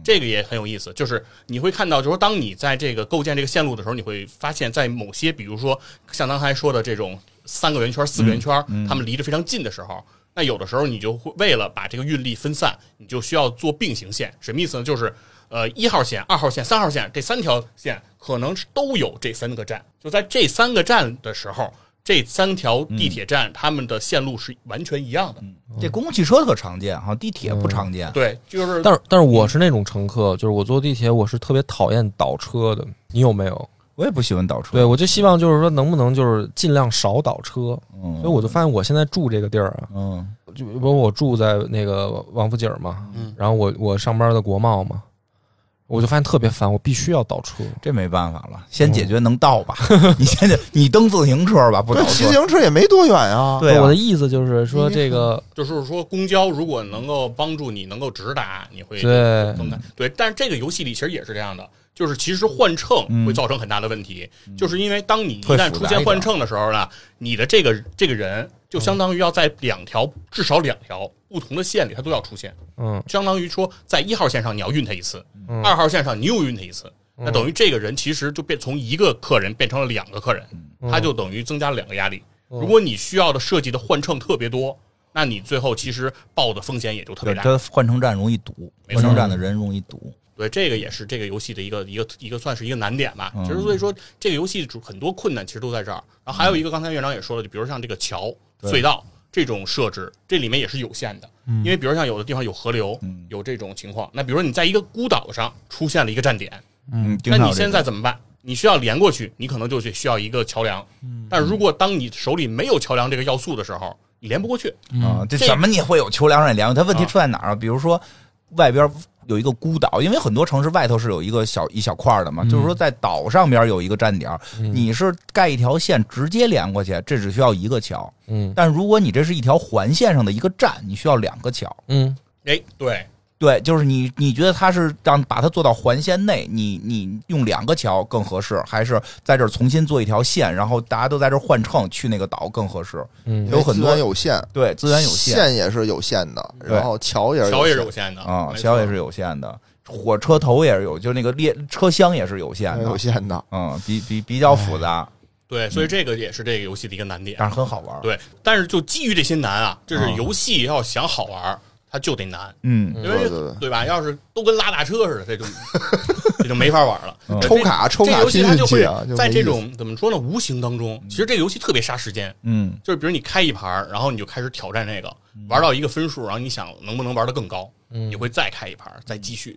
Speaker 4: 这个也很有意思，就是你会看到，就是说当你在这个构建这个线路的时候，你会发现在某些，比如说像刚才说的这种三个圆圈、四个圆圈，它们离得非常近的时候。那有的时候你就会为了把这个运力分散，你就需要做并行线，什么意思呢？就是呃，一号线、二号线、三号线这三条线可能是都有这三个站，就在这三个站的时候，这三条地铁站它们的线路是完全一样的。
Speaker 5: 嗯
Speaker 2: 这公共汽车特常见哈，地铁不常见。
Speaker 4: 对，就是
Speaker 3: 但是但是我是那种乘客，就是我坐地铁我是特别讨厌倒车的，你有没有？
Speaker 2: 我也不喜欢倒车，
Speaker 3: 对，我就希望就是说能不能就是尽量少倒车，
Speaker 2: 嗯
Speaker 3: 所以我就发现我现在住这个地儿啊，
Speaker 2: 嗯
Speaker 3: 就不我住在那个王府井嘛，然后我我上班的国贸嘛，我就发现特别烦，我必须要倒车。
Speaker 2: 这没办法了，先解决能倒吧。你先解，你蹬自行车吧，不
Speaker 5: 不
Speaker 2: 倒
Speaker 5: 是骑自
Speaker 2: 车。
Speaker 5: 行车也没多远啊，
Speaker 2: 对啊
Speaker 3: 我的意思就是说这个
Speaker 4: 就是说，公交如果能够帮助你能够直达，你
Speaker 3: 嗯
Speaker 4: 会
Speaker 3: 对
Speaker 4: 更
Speaker 2: 嗯
Speaker 4: 难。对，但是这个游戏里其实也是这样的，就是其实换乘会造成很大的问题，就是因为当你一
Speaker 2: 嗯会
Speaker 4: 旦
Speaker 2: 复
Speaker 4: 出
Speaker 2: 杂一
Speaker 4: 现
Speaker 2: 点嗯
Speaker 4: 换乘的时候呢，你的这个这个人就相当于要在两条至少两条不同的线里，他都要出现。
Speaker 3: 嗯
Speaker 4: 相当于说，在一号线上你要运他一次，
Speaker 3: 嗯
Speaker 4: 二号线上你又运他一次，那等于这个人其实就变从一个客人变成了两个客人，
Speaker 3: 嗯
Speaker 4: 他就等于增加了两个压力。如果你需要的设计的换乘特别多，那你最后其实报的风险也就特别
Speaker 2: 对，
Speaker 4: 大。
Speaker 2: 它换乘站容易堵，
Speaker 4: 没
Speaker 2: 换
Speaker 4: 错
Speaker 2: 乘站的人容易堵。
Speaker 4: 对，这个也是这个游戏的一个一个一个算是一个难点吧。
Speaker 2: 嗯
Speaker 4: 其实所以说，这个游戏主很多困难其实都在这儿。然后还有一个，刚才院长也说了，就比如像这个桥、
Speaker 2: 对嗯
Speaker 4: 隧道这种设置，这里面也是有限的。因为比如像有的地方有河流，有这种情况。那比如说你在一个孤岛上出现了一个站点，
Speaker 2: 嗯，
Speaker 4: 那
Speaker 2: 经常
Speaker 4: 你
Speaker 2: 有这
Speaker 4: 现
Speaker 2: 个
Speaker 4: 在怎么办？你需要连过去，你可能就需要一个桥梁。
Speaker 2: 嗯
Speaker 4: 但如果当你手里没有桥梁这个要素的时候，你连不过去。
Speaker 2: 啊，这
Speaker 4: 这
Speaker 2: 怎么你会有桥梁上梁？它问题
Speaker 4: 啊
Speaker 2: 出在哪儿啊？比如说外边有一个孤岛，因为很多城市外头是有一个小一小块儿的嘛，就是说在岛上边有一个站点儿，你是盖一条线直接连过去，这只需要一个桥。
Speaker 3: 嗯
Speaker 2: 但如果你这是一条环线上的一个站，你需要两个桥。
Speaker 3: 嗯
Speaker 4: 哎，对，
Speaker 2: 对，就是你，你觉得它是让把它做到环线内，你你用两个桥更合适，还是在这儿重新做一条线，然后大家都在这儿换乘去那个岛更合适？
Speaker 3: 嗯
Speaker 2: 有很
Speaker 5: 资
Speaker 2: 多
Speaker 5: 源有限，
Speaker 2: 对，资源有限
Speaker 5: 线也是有限的，
Speaker 2: 对
Speaker 5: 然后桥也是
Speaker 4: 桥也是有
Speaker 5: 有
Speaker 4: 限的
Speaker 2: 啊，
Speaker 4: 没错
Speaker 2: 桥也是有限的，火车头也是有，就那个列车厢也是有限
Speaker 5: 限的
Speaker 2: 的
Speaker 5: 有，限的，
Speaker 2: 嗯，比比比较复
Speaker 4: 哎
Speaker 2: 杂，
Speaker 4: 对，所以这个也是这个游戏的一个难点。
Speaker 2: 但是很好玩。，
Speaker 4: 对，但是就基于这些难啊，这是
Speaker 2: 嗯
Speaker 4: 游戏要想好玩儿，它就得难，
Speaker 2: 嗯，
Speaker 4: 因为
Speaker 5: 对对对
Speaker 4: 吧？要是都跟拉大车似的， 这就这就没法玩了。
Speaker 2: 嗯
Speaker 4: 啊这
Speaker 5: 抽卡抽
Speaker 4: 这
Speaker 5: 卡
Speaker 4: 游戏
Speaker 5: 拼
Speaker 4: 它
Speaker 5: 运
Speaker 4: 就
Speaker 5: 气啊，就
Speaker 4: 会在
Speaker 5: 没
Speaker 4: 这
Speaker 5: 意思
Speaker 4: 种怎么说呢？无形当中，其实这个游戏特别杀时间。
Speaker 2: 嗯，
Speaker 4: 就是比如你开一盘儿，然后你就开始挑
Speaker 2: 嗯
Speaker 4: 战这个，玩到一个分数，然后你想能不能玩得更高，你会再开一盘儿，再继续。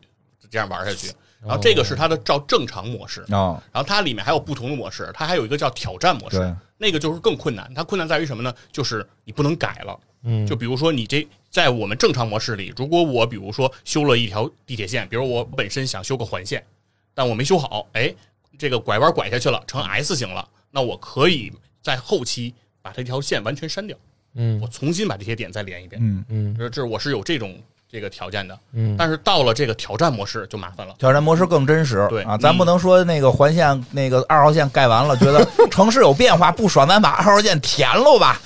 Speaker 4: 这样玩下去。然后这
Speaker 2: 哦
Speaker 4: 个是它的照正常模式，
Speaker 2: 啊，
Speaker 4: 然后它里面还有不同的模式，它还有一个叫挑战模
Speaker 2: 对
Speaker 4: 式，那个就是更困难。它困难在于什么呢？就是你不能改了。
Speaker 3: 嗯，
Speaker 4: 就比如说你这在我们正常模式里，如果我比如说修了一条地铁线，比如我本身想修个环线，但我没修好，哎，这个拐弯拐下去了，成 S 型了，那我可以在后期把这条线完全删掉，
Speaker 3: 嗯
Speaker 4: 我重新把这些点再连一遍。
Speaker 2: 嗯，
Speaker 3: 嗯
Speaker 4: 这这我是有这种这个条件的，
Speaker 3: 嗯，
Speaker 4: 但是到了这个挑战模式就麻烦了。
Speaker 2: 挑战模式更真实。
Speaker 4: 对
Speaker 2: 啊，
Speaker 4: 你
Speaker 2: 咱不能说那个环线那个二号线盖完了，觉 得城市有变化不爽，咱把二号线填喽吧，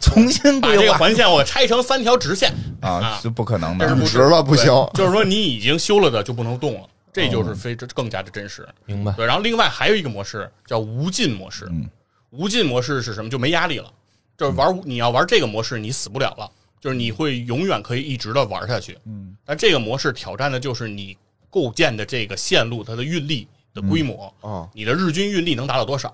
Speaker 2: 重新
Speaker 4: 嗯把这
Speaker 2: 规
Speaker 4: 个
Speaker 2: 划
Speaker 4: 环线我拆成三条直线
Speaker 2: 啊，是不可能
Speaker 4: 这
Speaker 2: 的
Speaker 4: 是。不
Speaker 5: 直了不行，
Speaker 4: 就是说你已经修了的就不能动了，这就是非这更加的真实。
Speaker 3: 明白。
Speaker 4: 对，然后另外还有一个模式叫无尽模式，
Speaker 2: 嗯
Speaker 4: 无尽模式是什么？就没压力了，就是玩、你要玩这个模式，你死不了了，就是你会永远可以一直的玩下去。
Speaker 2: 嗯，
Speaker 4: 但这个模式挑战的就是你构建的这个线路它的运力的规模，
Speaker 5: 啊，
Speaker 4: 你的日均运力能达到多少，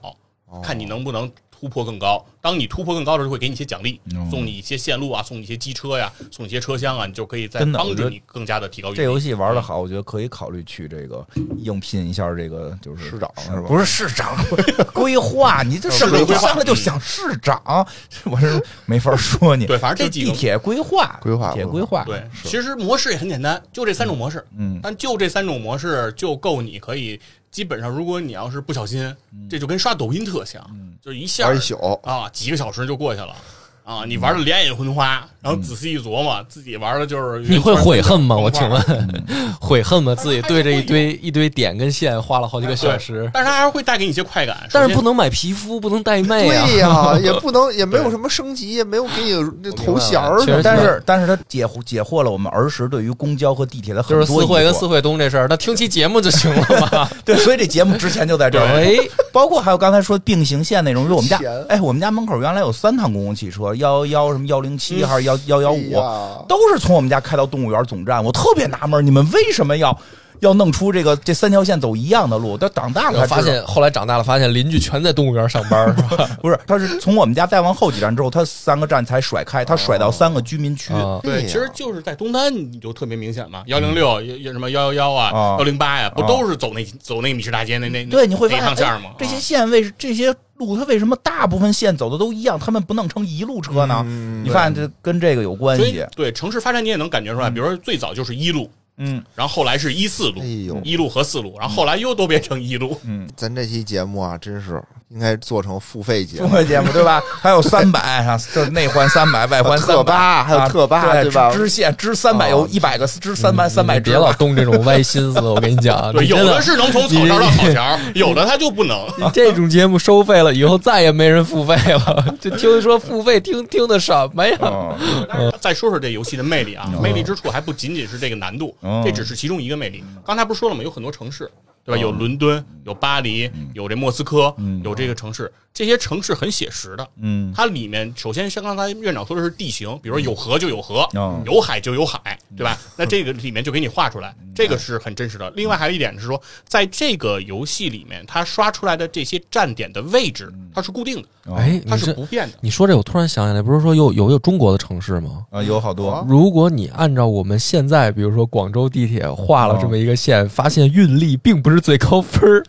Speaker 2: 哦
Speaker 4: 看你能不能突破更高。当你突破更高的时候，会给你一些奖励，
Speaker 2: 嗯
Speaker 4: 送你一些线路啊，送你一些机车呀、送你一些车厢啊，你就可以再
Speaker 2: 真的我
Speaker 4: 帮
Speaker 2: 觉得
Speaker 4: 助你更加的提高运力。
Speaker 2: 这游戏玩的好，我觉得可以考虑去这个应聘一下这个就是
Speaker 5: 市长是吧
Speaker 2: 不是市长 规划，你这
Speaker 4: 市
Speaker 2: 什
Speaker 4: 长
Speaker 2: 么一
Speaker 4: 规划
Speaker 2: 上来就想市长，我是没法说你。
Speaker 4: 对反正
Speaker 2: 这
Speaker 4: 就几
Speaker 2: 地
Speaker 4: 个
Speaker 2: 铁规划
Speaker 5: 规划
Speaker 2: 铁规划
Speaker 4: 对，其实模式也很简单，就这三种模式。
Speaker 2: 嗯
Speaker 4: 但就这三种模式就够你可以，基本上如果你要是不小心，
Speaker 2: 嗯
Speaker 4: 这就跟刷抖音特像，就一下
Speaker 5: 玩一宿，
Speaker 4: 啊几个小时就过去了啊，
Speaker 2: 嗯
Speaker 4: 你玩的两眼昏花，然后仔细一琢磨，自己玩的就是
Speaker 3: 你会悔恨吗？
Speaker 4: 嗯
Speaker 3: 我请问，
Speaker 2: 嗯
Speaker 3: 悔恨吗？自己对着一堆一堆点跟线花了好几个小时，
Speaker 4: 但是它还是会带给你一些快感，
Speaker 3: 但是不
Speaker 4: 首先。
Speaker 3: 能买皮肤，不能带
Speaker 4: 哎
Speaker 3: 妹啊！
Speaker 5: 对呀，也不能也没有什么升级，也没有给你那头衔儿
Speaker 3: 我明白了确实
Speaker 5: 什么
Speaker 2: 但
Speaker 5: 的，
Speaker 2: 是但是它解惑解惑了我们儿时对于公交和地铁的很
Speaker 3: 就
Speaker 2: 多疑惑。
Speaker 3: 是四惠跟四惠东这事儿，他听期节目就行了 嘛。
Speaker 2: 对，所以这节目之前就在这儿。哎
Speaker 3: 对，
Speaker 2: 包括还有刚才说并行线那种，因为我们家
Speaker 5: 之前，
Speaker 2: 哎，我们家门口原来有三趟公共汽车，幺幺什么幺零七还是幺幺幺五
Speaker 5: 哎，呀
Speaker 2: 都是从我们家开到动物园总站。我特别纳闷，你们为什么要要弄出这个这三条线走一样的路？但长大了才
Speaker 3: 我发
Speaker 2: 知道
Speaker 3: 现后来长大了，发现邻居全在动物园上班，是 吧？
Speaker 2: 不是，他是从我们家再往后几站之后，他三个站才甩开，
Speaker 5: 哦
Speaker 2: 他甩到三个居民区。
Speaker 3: 啊，
Speaker 4: 对，
Speaker 5: 对呀
Speaker 4: 其实就是在东单，你就特别明显嘛，幺零六、幺什么幺幺幺啊
Speaker 2: 啊、
Speaker 4: 幺零八呀，不
Speaker 2: 啊
Speaker 4: 都是走那走那米市大街那那那
Speaker 2: 对，你会
Speaker 4: 那一
Speaker 2: 发
Speaker 4: 趟线
Speaker 2: 现、
Speaker 4: 儿
Speaker 2: 哎
Speaker 4: 吗？
Speaker 2: 这
Speaker 4: 啊
Speaker 2: 些线为这些路，它为什么大部分线走的都一样？他们不弄成一路车呢？
Speaker 5: 嗯
Speaker 2: 你发现这跟这个有关
Speaker 4: 所以
Speaker 2: 系？
Speaker 4: 对城市发展你也能感觉出来，比如说最早就是一路，
Speaker 2: 嗯，
Speaker 4: 然后后来是一四路
Speaker 5: 哎，呦，
Speaker 4: 一路和四路，然后后来又都变成一路。
Speaker 5: 咱这期节目啊，真是应该做成付费节
Speaker 2: 综
Speaker 5: 目。
Speaker 2: 合节目对 吧？还有三百啊，这内环三百，外环
Speaker 5: 特八
Speaker 2: 300
Speaker 5: 还有
Speaker 2: 啊
Speaker 5: 特八对
Speaker 2: 对嗯
Speaker 5: 吧
Speaker 2: 支线支三百
Speaker 5: 哦
Speaker 2: 有一百个，支三百三百
Speaker 3: 你
Speaker 2: 支
Speaker 3: 别老
Speaker 2: 了。
Speaker 3: 动这种歪心思，我跟你讲，啊
Speaker 4: 对，
Speaker 3: 你
Speaker 4: 有
Speaker 3: 真
Speaker 4: 的是能从草桥到草桥，有的它就不能。
Speaker 3: 你 这种节目收费了，以后再也没人付费了。 就听说付费，听听的什么呀？
Speaker 2: 嗯
Speaker 4: 再说说这游戏的魅力啊，
Speaker 3: 哦
Speaker 4: 魅力之处还不仅仅是这个难度
Speaker 2: 嗯，
Speaker 4: 这只是其中一个魅力。刚才不是说了吗？有很多城市，对
Speaker 3: 哦
Speaker 4: 吧？有伦敦，
Speaker 3: 嗯
Speaker 4: 有巴黎，有这莫斯科，有这个城市，这些城市很写实的。
Speaker 2: 嗯
Speaker 4: 它里面首先像刚才院长说的是地形，比如说有河就有河
Speaker 3: 哦
Speaker 2: 嗯，
Speaker 4: 有海就有海，对吧？
Speaker 3: 嗯
Speaker 4: 那这个里面就给你画出来，这个是很真实的。另外还有一点是说，在这个游戏里面，它刷出来的这些站点的位置，它是固定的，
Speaker 3: 哎，
Speaker 4: 它
Speaker 3: 嗯你
Speaker 4: 是
Speaker 3: 这
Speaker 4: 不变的。
Speaker 3: 你说这，我突然想起来，不是说有有有中国的城市吗？
Speaker 2: 啊，有好多
Speaker 5: 啊
Speaker 3: 如果你按照我们现在，比如说广州地铁画了这么一个线，发现运力并不是最高分儿，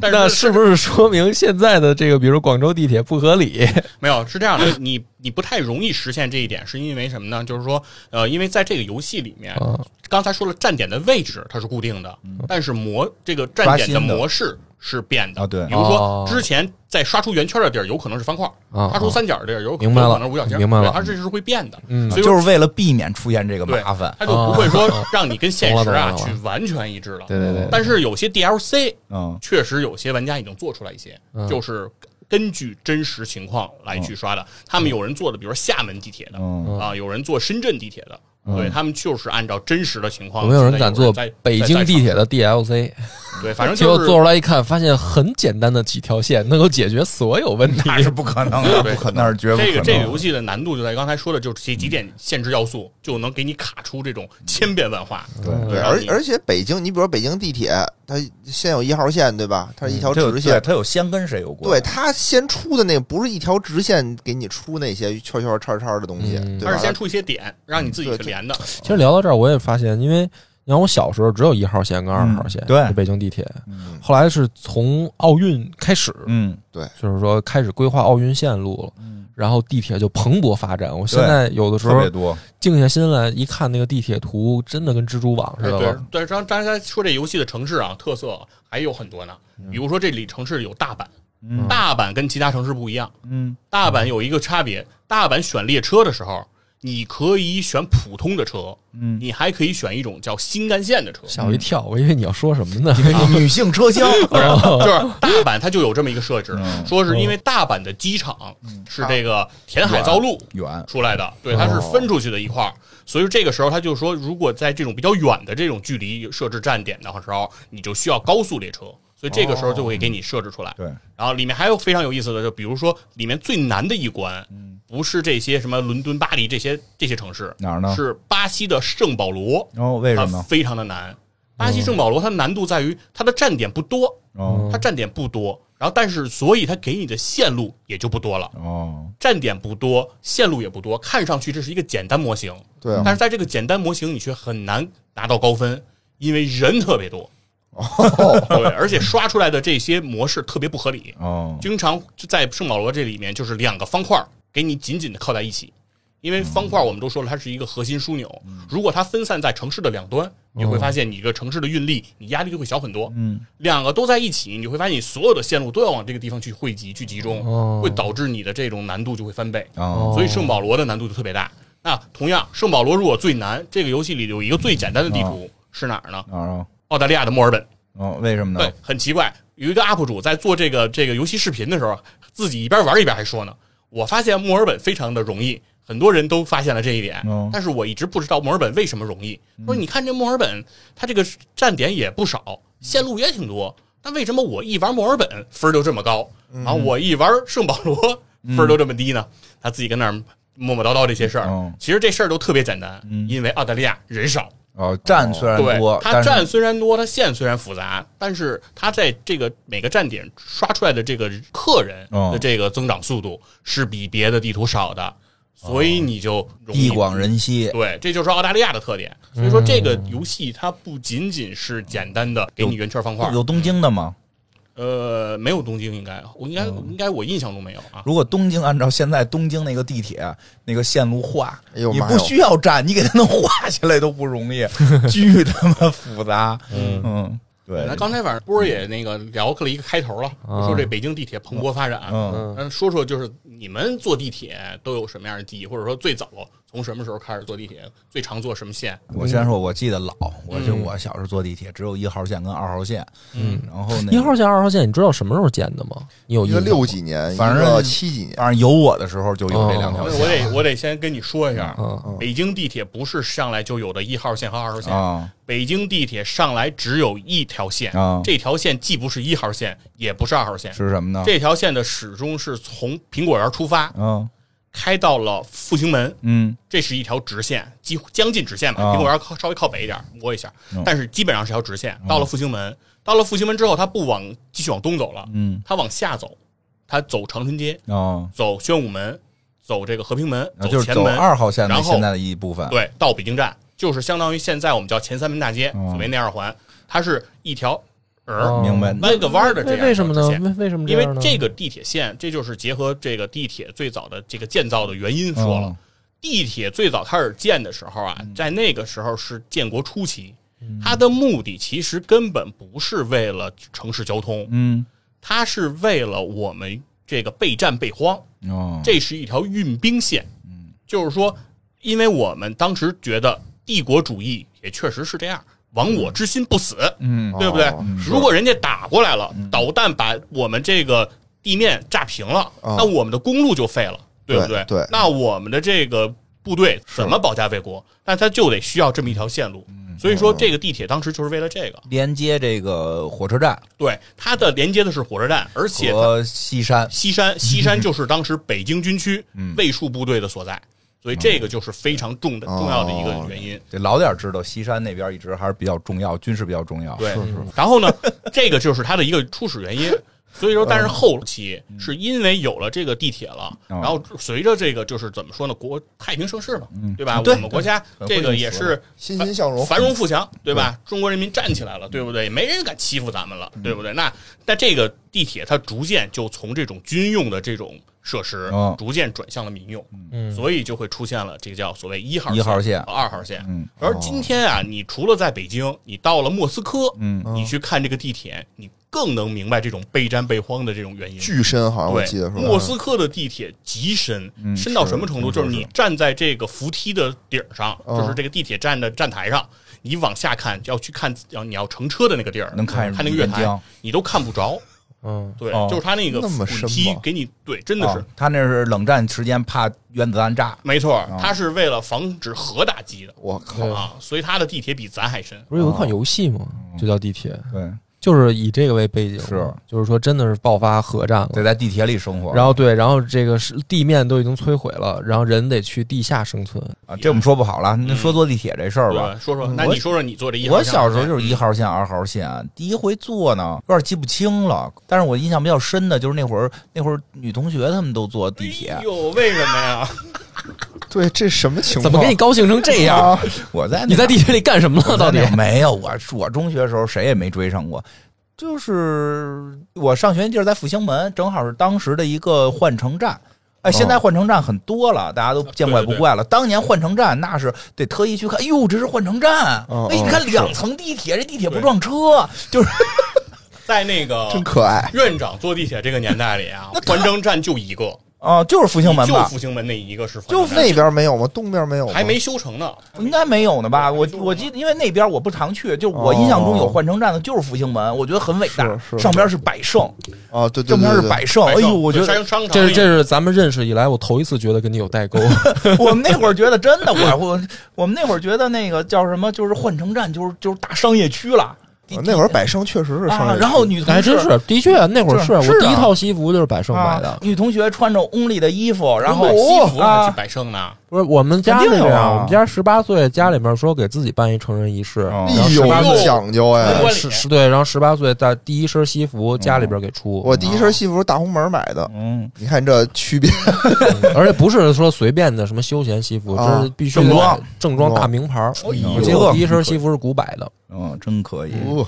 Speaker 4: 但
Speaker 3: 那
Speaker 4: 是
Speaker 3: 是不是说明现在的这个，比如说广州地铁不合理？
Speaker 4: 没有是这样
Speaker 3: 嗯
Speaker 4: 的，你你不太容易实现这一点，是因为什么呢？就是说，呃，因为在这个游戏里面，
Speaker 3: 啊，嗯
Speaker 4: 刚才说了站点的位置它是固定的，但是模这个站
Speaker 2: 刷
Speaker 4: 点
Speaker 2: 新
Speaker 4: 的
Speaker 2: 的
Speaker 4: 模式是变的
Speaker 2: 啊对
Speaker 4: 比如说
Speaker 3: 哦
Speaker 4: 之前在刷出圆圈的地儿，有可能是方块；
Speaker 3: 啊
Speaker 4: 刷出三角的地儿，有可
Speaker 3: 明白了
Speaker 4: 有可能是五角星。
Speaker 3: 明白了
Speaker 4: 对它这是会变的，
Speaker 3: 嗯
Speaker 4: 所以
Speaker 2: 啊就是为了避免出现这个
Speaker 4: 对
Speaker 2: 麻烦。
Speaker 4: 它就不会说
Speaker 3: 啊
Speaker 4: 让你跟现实 啊
Speaker 3: 懂了懂了
Speaker 4: 去完全一致了。
Speaker 3: 对对对
Speaker 4: 但是有些 DLC
Speaker 2: 嗯
Speaker 4: 确实有些玩家已经做出来一些，
Speaker 3: 嗯
Speaker 4: 就是根据真实情况来去刷的。他们有人做的，比如说厦门地铁的、
Speaker 2: 嗯，
Speaker 4: 啊，有人做深圳地铁的，对他们就是按照真实的情况。
Speaker 3: 有嗯没有人敢做
Speaker 4: 在在
Speaker 3: 北京地铁
Speaker 4: 在
Speaker 3: 的 DLC？
Speaker 4: 尝试？对，反正
Speaker 3: 结果
Speaker 4: 就是
Speaker 3: 做出来一看，发现很简单的几条线能够解决所有问题。
Speaker 2: 那是不可能的，
Speaker 4: 对
Speaker 2: 不可能，那是绝不可
Speaker 4: 这
Speaker 2: 能
Speaker 4: 个
Speaker 2: 的。
Speaker 4: 这个游戏的难度就在刚才说的，就是这几点限制要素就能给你卡出这种千变万化。
Speaker 3: 嗯
Speaker 5: 对，
Speaker 4: 然后
Speaker 5: 而
Speaker 4: 你
Speaker 5: 而且北京，你比如说北京地铁，它先有一号线，对吧？
Speaker 4: 嗯
Speaker 5: 它是一条
Speaker 2: 它有
Speaker 5: 直
Speaker 2: 嗯对，
Speaker 5: 线，
Speaker 2: 它有先跟谁有关？
Speaker 5: 对，它先出的那个不是一条直线给你出那些圈圈叉叉的东西，
Speaker 3: 嗯
Speaker 5: 对
Speaker 4: 它
Speaker 5: 吧？
Speaker 4: 是先出一些点，让你自己去连的。
Speaker 3: 其实聊到这儿，我也发现，因为你看我小时候只有一号线跟二号线，
Speaker 2: 嗯对
Speaker 3: 就北京地铁。
Speaker 2: 嗯
Speaker 3: 后来是从奥运开始，
Speaker 2: 嗯
Speaker 3: 就是说开始规划奥运线路了，
Speaker 2: 嗯，
Speaker 3: 然后地铁就蓬勃发展。我现在有的时
Speaker 2: 特
Speaker 3: 候
Speaker 2: 别多，
Speaker 3: 静下心来一看那个地铁图，真的跟蜘蛛网似
Speaker 4: 对
Speaker 3: 的
Speaker 4: 对
Speaker 3: 了。
Speaker 4: 哎对，然后大家说这游戏的城市啊，特色还有很多呢。比如说这里城市有大阪，
Speaker 2: 嗯
Speaker 4: 大阪跟其他城市不一样，
Speaker 2: 嗯
Speaker 4: 大阪有一个差别，大阪选列车的时候，你可以选普通的车，
Speaker 2: 嗯，
Speaker 4: 你还可以选一种叫新干线的车。
Speaker 3: 吓我一跳，我以为你要说什么呢？
Speaker 2: 女性车厢，
Speaker 4: 就是大阪，它就有这么一个设置，
Speaker 2: 哦嗯
Speaker 4: 说是因为大阪的机场是这个填海造陆
Speaker 2: 远，
Speaker 4: 出来的，对，它
Speaker 2: 哦
Speaker 4: 是分出去的一块儿，所以这个时候他就说，如果在这种比较远的这种距离设置站点的时候，你就需要高速列车，所以这个时候就会给你设置出来。
Speaker 2: 对，
Speaker 4: 然后里面还有非常有意思的，就比如说里面最难的一关，不是这些什么伦敦、巴黎这些这些城市，
Speaker 2: 哪儿呢？
Speaker 4: 是巴西的圣保罗，
Speaker 2: 然后为
Speaker 4: 它
Speaker 2: 什么？
Speaker 4: 非常的难。巴西圣保罗它难度在于它的站点不多，
Speaker 2: 哦
Speaker 4: 它站点不多，然后但是所以它给你的线路也就不多了，
Speaker 2: 哦，
Speaker 4: 站点不多，线路也不多，看上去这是一个简单模型，
Speaker 5: 对啊
Speaker 4: 但是在这个简单模型你却很难拿到高分，因为人特别多，
Speaker 5: 哦
Speaker 4: 对，而且刷出来的这些模式特别不合理，
Speaker 2: 哦，
Speaker 4: 经常就在圣保罗这里面就是两个方块儿给你紧紧的靠在一起。因为方块儿我们都说了，它是一个核心枢纽。
Speaker 2: 嗯
Speaker 4: 如果它分散在城市的两端，你会发现你一个城市的运力，你压力就会小很多。
Speaker 2: 嗯，
Speaker 4: 两个都在一起，你会发现你所有的线路都要往这个地方去汇集、去集中，
Speaker 3: 哦
Speaker 4: 会导致你的这种难度就会翻倍。
Speaker 2: 哦，
Speaker 4: 所以圣保罗的难度就特别大。那同样，圣保罗如果最难，这个游戏里有一个最简单的地
Speaker 2: 哦
Speaker 4: 图是哪儿呢？
Speaker 2: 哪儿啊？
Speaker 4: 澳大利亚的墨尔本。
Speaker 2: 哦，为什么
Speaker 4: 对
Speaker 2: 呢？，
Speaker 4: 很奇怪，有一个 UP 主在做这个这个游戏视频的时候，自己一边玩一边还说呢：“我发现墨尔本非常的容易，很多人都发现了这一点
Speaker 2: 嗯，
Speaker 4: 但是我一直不知道墨尔本为什么容易。说你看这墨尔本，它这个站点也不少，线路也挺多，但为什么我一玩墨尔本分儿就这么高，然后我一玩圣保罗分儿都这么低呢？”他自己跟那儿磨磨叨叨这些事儿
Speaker 2: 嗯，
Speaker 4: 其实这事儿都特别简单，因为澳大利亚人少。
Speaker 2: 哦，站虽然多
Speaker 4: 对，，它
Speaker 2: 但是
Speaker 4: 站虽然多，它线虽然复杂，但是它在这个每个站点刷出来的这个客人
Speaker 2: 哦
Speaker 4: 的这个增长速度是比别的地图少的，所以你就容易
Speaker 2: 地哦广。人稀，
Speaker 4: 对，这就是澳大利亚的特点。所以说，这个游戏它不仅仅是简单的给你圆圈方块，
Speaker 2: 有东京的吗？
Speaker 4: 呃，没有东京应该，我应该应该我印象中没有啊。
Speaker 2: 嗯如果东京按照现在东京那个地铁那个线路画，
Speaker 5: 哎呦
Speaker 2: 你
Speaker 5: 妈
Speaker 2: 不
Speaker 5: 哟
Speaker 2: 需要站，你给它能画下来都不容 易，巨他妈复杂。
Speaker 3: 嗯
Speaker 2: 嗯，对
Speaker 4: 那，刚才晚上波儿也那个聊了一个开头了，
Speaker 3: 啊
Speaker 4: 说这北京地铁蓬勃发展，
Speaker 2: 嗯
Speaker 3: 嗯
Speaker 4: 嗯，说说就是你们坐地铁都有什么样的记忆，或者说最早从什么时候开始坐地铁，最常坐什么线？
Speaker 2: 我先说，我记得老，我就
Speaker 4: 嗯
Speaker 2: 我小时候坐地铁只有一号线跟二号线，
Speaker 3: 嗯，
Speaker 2: 然后那
Speaker 3: 一号线、二号线，你知道什么时候建的吗？你有
Speaker 5: 一
Speaker 3: 印
Speaker 5: 个
Speaker 3: 象吗
Speaker 5: 六几年，
Speaker 2: 反
Speaker 5: 一
Speaker 2: 正
Speaker 5: 个七几年，
Speaker 2: 反正有我的时候就有这两条
Speaker 4: 哦我
Speaker 2: 哦线
Speaker 4: 得我得先跟你说一下，
Speaker 3: 嗯嗯
Speaker 4: 北京地铁不是上来就有的一号线和二号线，
Speaker 2: 啊
Speaker 4: 北京地铁上来只有一条线，
Speaker 2: 啊
Speaker 4: 这条线既不是一号线，也不是二号线，
Speaker 2: 是什啊么呢？
Speaker 4: 这条线的始终是从苹果园出发，
Speaker 2: 嗯
Speaker 4: 开到了复兴门，
Speaker 2: 嗯
Speaker 4: 这是一条直线，几乎将近直线吧，
Speaker 2: 啊
Speaker 4: 苹果园靠稍微靠北一点，摸一下
Speaker 2: 嗯，
Speaker 4: 但是基本上是条直线。到了复兴门，到了复兴门之后，它不往继续往东走了，
Speaker 2: 嗯
Speaker 4: 它往下走，它走长春街，
Speaker 2: 哦，
Speaker 4: 走宣武门，走这个和平门，
Speaker 2: 啊就是
Speaker 4: 前
Speaker 2: 走
Speaker 4: 门，
Speaker 2: 二号线的
Speaker 4: 然后
Speaker 2: 现在的一部分，
Speaker 4: 对，到北京站，就是相当于现在我们叫前三门大街，
Speaker 2: 嗯
Speaker 4: 所谓内二环，它是一条儿
Speaker 3: 哦
Speaker 2: 明白
Speaker 4: 弯个弯儿的这
Speaker 3: 为
Speaker 4: 样
Speaker 3: 为什么呢
Speaker 4: 一条直？线
Speaker 3: 为为什么
Speaker 4: 因为
Speaker 3: 样呢？
Speaker 4: 这个地铁线，这就是结合这个地铁最早的这个建造的原因说了。
Speaker 2: 嗯
Speaker 4: 地铁最早开始建的时候啊，在那个时候是建国初期，它的目的其实根本不是为了城市交通，
Speaker 2: 嗯
Speaker 4: 它是为了我们这个备战备荒。
Speaker 2: 哦，
Speaker 4: 这是一条运兵线，就是说，因为我们当时觉得帝国主义也确实是这样，亡我之心不死，
Speaker 2: 嗯
Speaker 4: 对不对
Speaker 5: 哦？是
Speaker 4: 如果人家打过来了，导弹把我们这个地面炸平了，
Speaker 5: 啊
Speaker 4: 那我们的公路就废了，对不
Speaker 5: 对对
Speaker 4: 那我们的这个部队怎么保家卫国？那他就得需要这么一条线路。所以说，这个地铁当时就是为了这个，
Speaker 2: 连接这个火车站
Speaker 4: 对它的连接的是火车站，而且它
Speaker 2: 和西山，
Speaker 4: 西山，西山就是当时北京军区卫戍部队的所在，所以这个就是非常重的
Speaker 5: 哦
Speaker 4: 重要的一个原因。
Speaker 2: 得老点儿知道西山那边一直还是比较重要，军事比较重要。
Speaker 4: 嗯 对，然后呢，这个就是它的一个初始原因。所以说，但是后期是因为有了这个地铁了，
Speaker 2: 嗯
Speaker 4: 然后随着这个就是怎么说呢，国太平盛世嘛，对吧？
Speaker 2: 对
Speaker 4: 我们国家
Speaker 2: 对
Speaker 4: 这个也
Speaker 2: 很会
Speaker 4: 是
Speaker 5: 欣欣向荣，
Speaker 4: 繁荣富强，对吧？中国人民站起来了，对不对？没人敢欺负咱们了，对不对？那那这个地铁它逐渐就从这种军用的这种设施
Speaker 2: 哦，
Speaker 4: 逐渐转向了民用，
Speaker 3: 嗯
Speaker 4: 所以就会出现了这个叫所谓一号
Speaker 2: 一号
Speaker 4: 线
Speaker 2: 线
Speaker 4: 和二号线。
Speaker 2: 嗯
Speaker 4: 而今天啊，你除了在北京，你到了莫斯科，
Speaker 2: 嗯
Speaker 4: 你去看这个地铁，你更能明白这种备战备荒的这种原因。
Speaker 5: 巨深，
Speaker 2: 啊
Speaker 5: 好像我
Speaker 4: 对，
Speaker 5: 记得是吧？
Speaker 4: 莫斯科的地铁极深，
Speaker 2: 嗯
Speaker 4: 深到什么程度？
Speaker 2: 是哦
Speaker 4: 就是你站在这个扶梯的顶上，
Speaker 5: 嗯
Speaker 4: 就是这个地铁站的站台上，你往下看，要去看要你要乘车的那个地儿，
Speaker 2: 能看
Speaker 4: 看那个月
Speaker 2: 沿
Speaker 4: 台
Speaker 2: 江，
Speaker 4: 你都看不着。
Speaker 3: 嗯，
Speaker 4: 对，
Speaker 2: 哦
Speaker 4: 就是他那个
Speaker 5: 那么深
Speaker 4: 扶梯
Speaker 5: 吗
Speaker 4: 给你，对，真的
Speaker 2: 啊
Speaker 4: 是。
Speaker 2: 他那是冷战时间怕原子弹炸，
Speaker 4: 没错，他是为了防止核打击的
Speaker 5: 我靠，
Speaker 3: 对，
Speaker 4: 啊，所以他的地铁比咱还深。
Speaker 3: 不是有一款游戏吗？就叫地铁，
Speaker 4: 嗯
Speaker 2: 对，
Speaker 3: 就是以这个为背景，
Speaker 2: 是，
Speaker 3: 就是说真的是爆发核战了
Speaker 2: 得。在地铁里生活。
Speaker 3: 然后对，然后这个是地面都已经摧毁了，然后人得去地下生存。
Speaker 2: 啊，这我们说不好了，那说坐地铁这事儿
Speaker 4: 对
Speaker 2: 吧，嗯
Speaker 4: 吧？说说，那你说说你坐这嗯一号
Speaker 2: 我
Speaker 4: 线
Speaker 2: 小时候就是一号线、二号线，啊第一回坐呢，有点记不清了。但是我印象比较深的就是那会儿，那会儿女同学她们都坐地铁
Speaker 4: 哎，呦，为什么呀？
Speaker 5: 对，这什么情况？
Speaker 3: 怎么给你高兴成这样？
Speaker 5: 啊？
Speaker 2: 哎我在那
Speaker 3: 你在地铁里干什么
Speaker 2: 我
Speaker 3: 了？到底
Speaker 2: 在？那没有？我我中学的时候谁也没追上过。就是我上学地儿在复兴门，正好是当时的一个换乘站。哎，现在换乘站很多了，大家都见怪不怪了。当年换乘站那是得特意去看，哎呦，这是换乘站！
Speaker 5: 哦
Speaker 2: 哎，你看两层地铁，这地铁不撞车，就是
Speaker 4: 在那个
Speaker 5: 真可爱，
Speaker 4: 院长坐地铁这个年代里啊，环城站就一个，
Speaker 2: 啊，就是复兴门
Speaker 4: 就
Speaker 2: 吧？
Speaker 4: 复兴门那一个是环
Speaker 5: 就
Speaker 4: 城站，
Speaker 5: 那边没有吗？东边没有吗？
Speaker 4: 还没修成呢。
Speaker 2: 应该没有呢吧？我我记得，因为那边我不常去，就是我印象中有换乘站的就是复兴门，我觉得很伟大。
Speaker 5: 哦是是
Speaker 2: 上边是百盛，
Speaker 5: 啊？对对
Speaker 2: 正
Speaker 5: 对
Speaker 2: 边
Speaker 5: 对
Speaker 2: 是
Speaker 5: 对，
Speaker 2: 百盛。哎呦，
Speaker 4: 百盛
Speaker 2: 我觉
Speaker 4: 对
Speaker 2: 得
Speaker 4: 商商场
Speaker 3: 这是
Speaker 4: 里
Speaker 3: 这是咱们认识以来我头一次觉得跟你有代 沟。
Speaker 2: 我们那会儿觉得真的，我我我们那会儿觉得那个叫什么，就是换乘站，就是就是大商业区了。地
Speaker 5: 啊那会儿百盛确实是上
Speaker 2: 啊
Speaker 5: 来，
Speaker 2: 然后女同学啊
Speaker 3: 还哎真是，的确啊那会儿
Speaker 2: 是
Speaker 3: 我
Speaker 2: 是的
Speaker 3: 第一套西服就是百盛买
Speaker 2: 啊
Speaker 3: 的，，
Speaker 2: 女同学穿着 only 的衣服，然后
Speaker 4: 买西服还
Speaker 2: 啊
Speaker 4: 去，百盛呢，
Speaker 3: 不是我们家
Speaker 2: 肯
Speaker 3: 是
Speaker 2: 定有
Speaker 3: 这样，
Speaker 2: 啊
Speaker 3: 我们家十八岁，家里面说给自己办一成人仪式，
Speaker 2: 哦
Speaker 3: 然后
Speaker 5: 哎
Speaker 3: 十
Speaker 5: 呦
Speaker 3: 八
Speaker 4: 18岁
Speaker 5: 讲究哎
Speaker 2: 呃
Speaker 4: 嗯！
Speaker 3: 十十对，然后十八岁在第一身西服家里边给出，
Speaker 5: 我第一身西服是大红门买的，
Speaker 2: 嗯，
Speaker 5: 你看这区别，
Speaker 3: 嗯而且不是说随便的什么休闲西服，
Speaker 5: 啊
Speaker 3: 这是必须得
Speaker 2: 正装
Speaker 3: 哦正装哦大名牌儿。
Speaker 2: 呦
Speaker 3: 我记得我第一身西服是古柏的，
Speaker 2: 嗯，真可以。
Speaker 5: 哦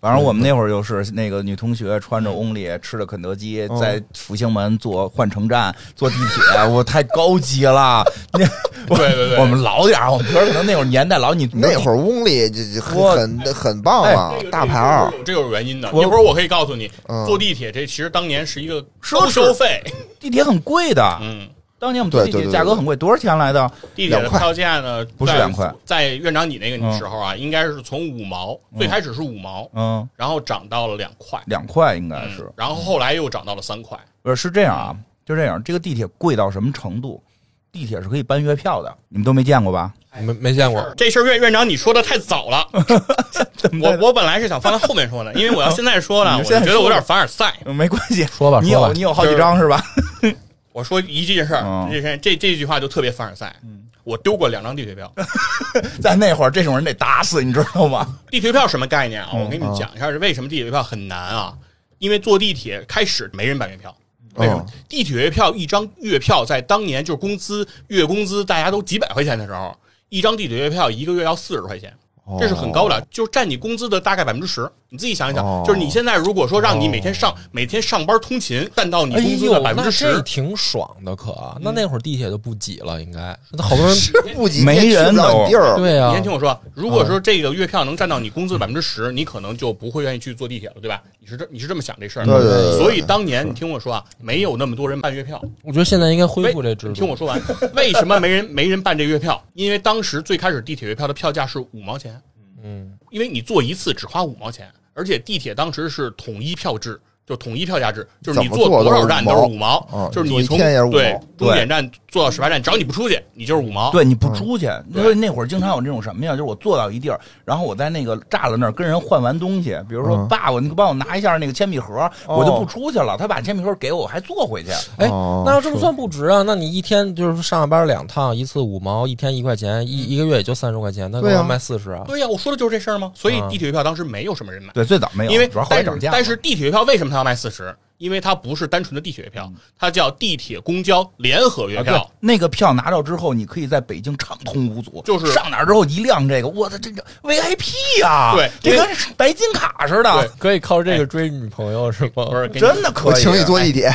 Speaker 2: 反正我们那会儿就是那个女同学穿着 only 吃着肯德基，
Speaker 5: 嗯
Speaker 2: 在复兴门坐换乘站坐地 铁，我太高级了。 那我
Speaker 4: 对对对
Speaker 2: 我们老点儿，我们觉得可能那会儿年代老你
Speaker 5: 那会
Speaker 2: 儿
Speaker 5: 儿翁里这这
Speaker 2: 我
Speaker 5: 很很很棒啊
Speaker 4: 这，个
Speaker 5: 大牌儿，
Speaker 4: 这有原因的。
Speaker 2: 我
Speaker 4: 一会儿我可以告诉你，
Speaker 5: 嗯
Speaker 4: 坐地铁这其实当年是一个
Speaker 2: 奢
Speaker 4: 收
Speaker 2: 侈
Speaker 4: 收费，
Speaker 2: 地铁很贵的，
Speaker 4: 嗯。
Speaker 2: 当年我们坐地
Speaker 5: 对对
Speaker 2: 铁
Speaker 5: 对
Speaker 2: 价格很贵，多少钱来的？
Speaker 4: 地铁的
Speaker 5: 两块
Speaker 4: 票价呢？
Speaker 2: 不是
Speaker 4: 在
Speaker 2: 两块，
Speaker 4: 在院长你那
Speaker 2: 嗯
Speaker 4: 个时候啊，应该是从五毛，最开始是五毛，
Speaker 2: 嗯，
Speaker 4: 然后涨到了两块，
Speaker 2: 两块应该
Speaker 4: 嗯
Speaker 2: 是，
Speaker 4: 然后后来又涨到了三块。
Speaker 2: 不是是这样啊？就这样，这个地铁贵到什么程度？地铁是可以办月票的，你们都没见过吧？
Speaker 3: 没没见过。
Speaker 4: 这事儿院院长你说的太早 了，我我本来是想放在后面说的，因为我要现在说了，
Speaker 2: 哦你
Speaker 4: 我
Speaker 2: 就
Speaker 4: 就
Speaker 2: 现在
Speaker 4: 觉得我有
Speaker 2: 说
Speaker 4: 点
Speaker 2: 吧
Speaker 4: 凡尔赛。
Speaker 2: 嗯没关系，
Speaker 3: 说吧
Speaker 2: 你
Speaker 3: 说吧
Speaker 2: 有你有好几张是吧？
Speaker 4: 我说一这件事儿
Speaker 2: 嗯，
Speaker 4: 这件事儿这这句话就特别凡尔赛。我丢过两张地铁票，
Speaker 2: 在那会儿，这种人得打死，你知道 吗？
Speaker 4: 地铁票什么概
Speaker 2: 嗯
Speaker 4: 念啊？我给
Speaker 2: 哦
Speaker 4: 你们讲一下是为什么地铁票很难啊？因为坐地铁开始没人办月票，为什么
Speaker 5: 嗯？
Speaker 4: 地铁月票一张月票在当年就是工资月工资大家都几百块钱的时候，一张地铁月票一个月要四十块钱。
Speaker 5: 哦
Speaker 4: 这是很高的，就是占你工资的大概百分之十。你自己想一想，
Speaker 5: 哦
Speaker 4: 就是你现在如果说让你每天上、每天上班通勤，占到你
Speaker 3: 哎
Speaker 4: 工资
Speaker 3: 呦
Speaker 4: 的，百分
Speaker 3: 那
Speaker 4: 之
Speaker 3: 这嗯
Speaker 4: 十，
Speaker 3: 挺爽的，可啊那那会儿地铁都不挤了，应该那好多人
Speaker 5: 这不仅
Speaker 2: 没人
Speaker 5: 去不了
Speaker 2: 都
Speaker 5: 你地儿，
Speaker 3: 对
Speaker 4: 你
Speaker 3: 啊
Speaker 4: 先，听我说，如
Speaker 5: 哦
Speaker 4: 果说这个月票能占到你工资的百分之十，你可能就不会愿意去坐地铁了，对吧？你是这你是这么想这事儿的？
Speaker 5: 对对对对
Speaker 4: 所以当年你听我说啊，没有那么多人办月票。
Speaker 3: 我觉得现在应该恢
Speaker 4: 为
Speaker 3: 复这制
Speaker 4: 你听
Speaker 3: 度
Speaker 4: 我。说完，为什么没人没人办这月票？因为当时最开始地铁月票的票价是五毛钱，
Speaker 3: 嗯，
Speaker 4: 因为你坐一次只花五毛钱，而且地铁当时是统一票制，就统一票价制，就是你
Speaker 5: 怎么坐
Speaker 4: 多
Speaker 5: 都是
Speaker 4: 少站都
Speaker 5: 五
Speaker 4: 是
Speaker 5: 毛
Speaker 4: 五毛，
Speaker 5: 嗯
Speaker 4: 就是
Speaker 5: 坐
Speaker 4: 你
Speaker 5: 一
Speaker 4: 从
Speaker 5: 天也是五毛
Speaker 4: 对
Speaker 2: 对
Speaker 4: 终点站坐到始发站，只要你不出去，你就是五毛。
Speaker 2: 对，你不出去，因为
Speaker 4: 对
Speaker 2: 那会儿经常有这种什么呀？就是我坐到一地儿，然后我在那个栅栏那儿跟人换完东西，比如说、
Speaker 5: 嗯
Speaker 2: 爸，我你帮我拿一下那个铅笔盒，
Speaker 5: 哦
Speaker 2: 我就不出去了。他把铅笔盒给我，我还坐回去。
Speaker 3: 哎，
Speaker 5: 哦
Speaker 3: 那要这么算不值啊？那你一天就是上下班两趟，一次五毛，一天一块钱，一一个月也就三十块钱，那干
Speaker 5: 对
Speaker 3: 嘛
Speaker 5: 啊
Speaker 3: 卖四十啊？
Speaker 4: 对呀、我说的就是这事儿吗？所以
Speaker 3: 嗯
Speaker 4: 地铁月票当时没有什么人买，
Speaker 2: 对，最早没有，
Speaker 4: 因为
Speaker 2: 主要后来
Speaker 4: 但
Speaker 2: 涨
Speaker 4: 是
Speaker 2: 价了。
Speaker 4: 但是地铁月票为什么它要卖四十？因为它不是单纯的地铁月票，它叫地铁公交联合月
Speaker 2: 啊，
Speaker 4: 票
Speaker 2: 对。，那个票拿到之后，你可以在北京畅通无阻。
Speaker 4: 就是
Speaker 2: 上哪儿之后一亮这个，我操，这个 VIP 呀，
Speaker 4: 对
Speaker 2: 啊这跟白金卡似
Speaker 4: 对
Speaker 2: 的，
Speaker 3: 可以靠这个追女朋友是吗？
Speaker 4: 哎不是，给你们
Speaker 2: 真的可以。啊
Speaker 5: 我请你坐地铁，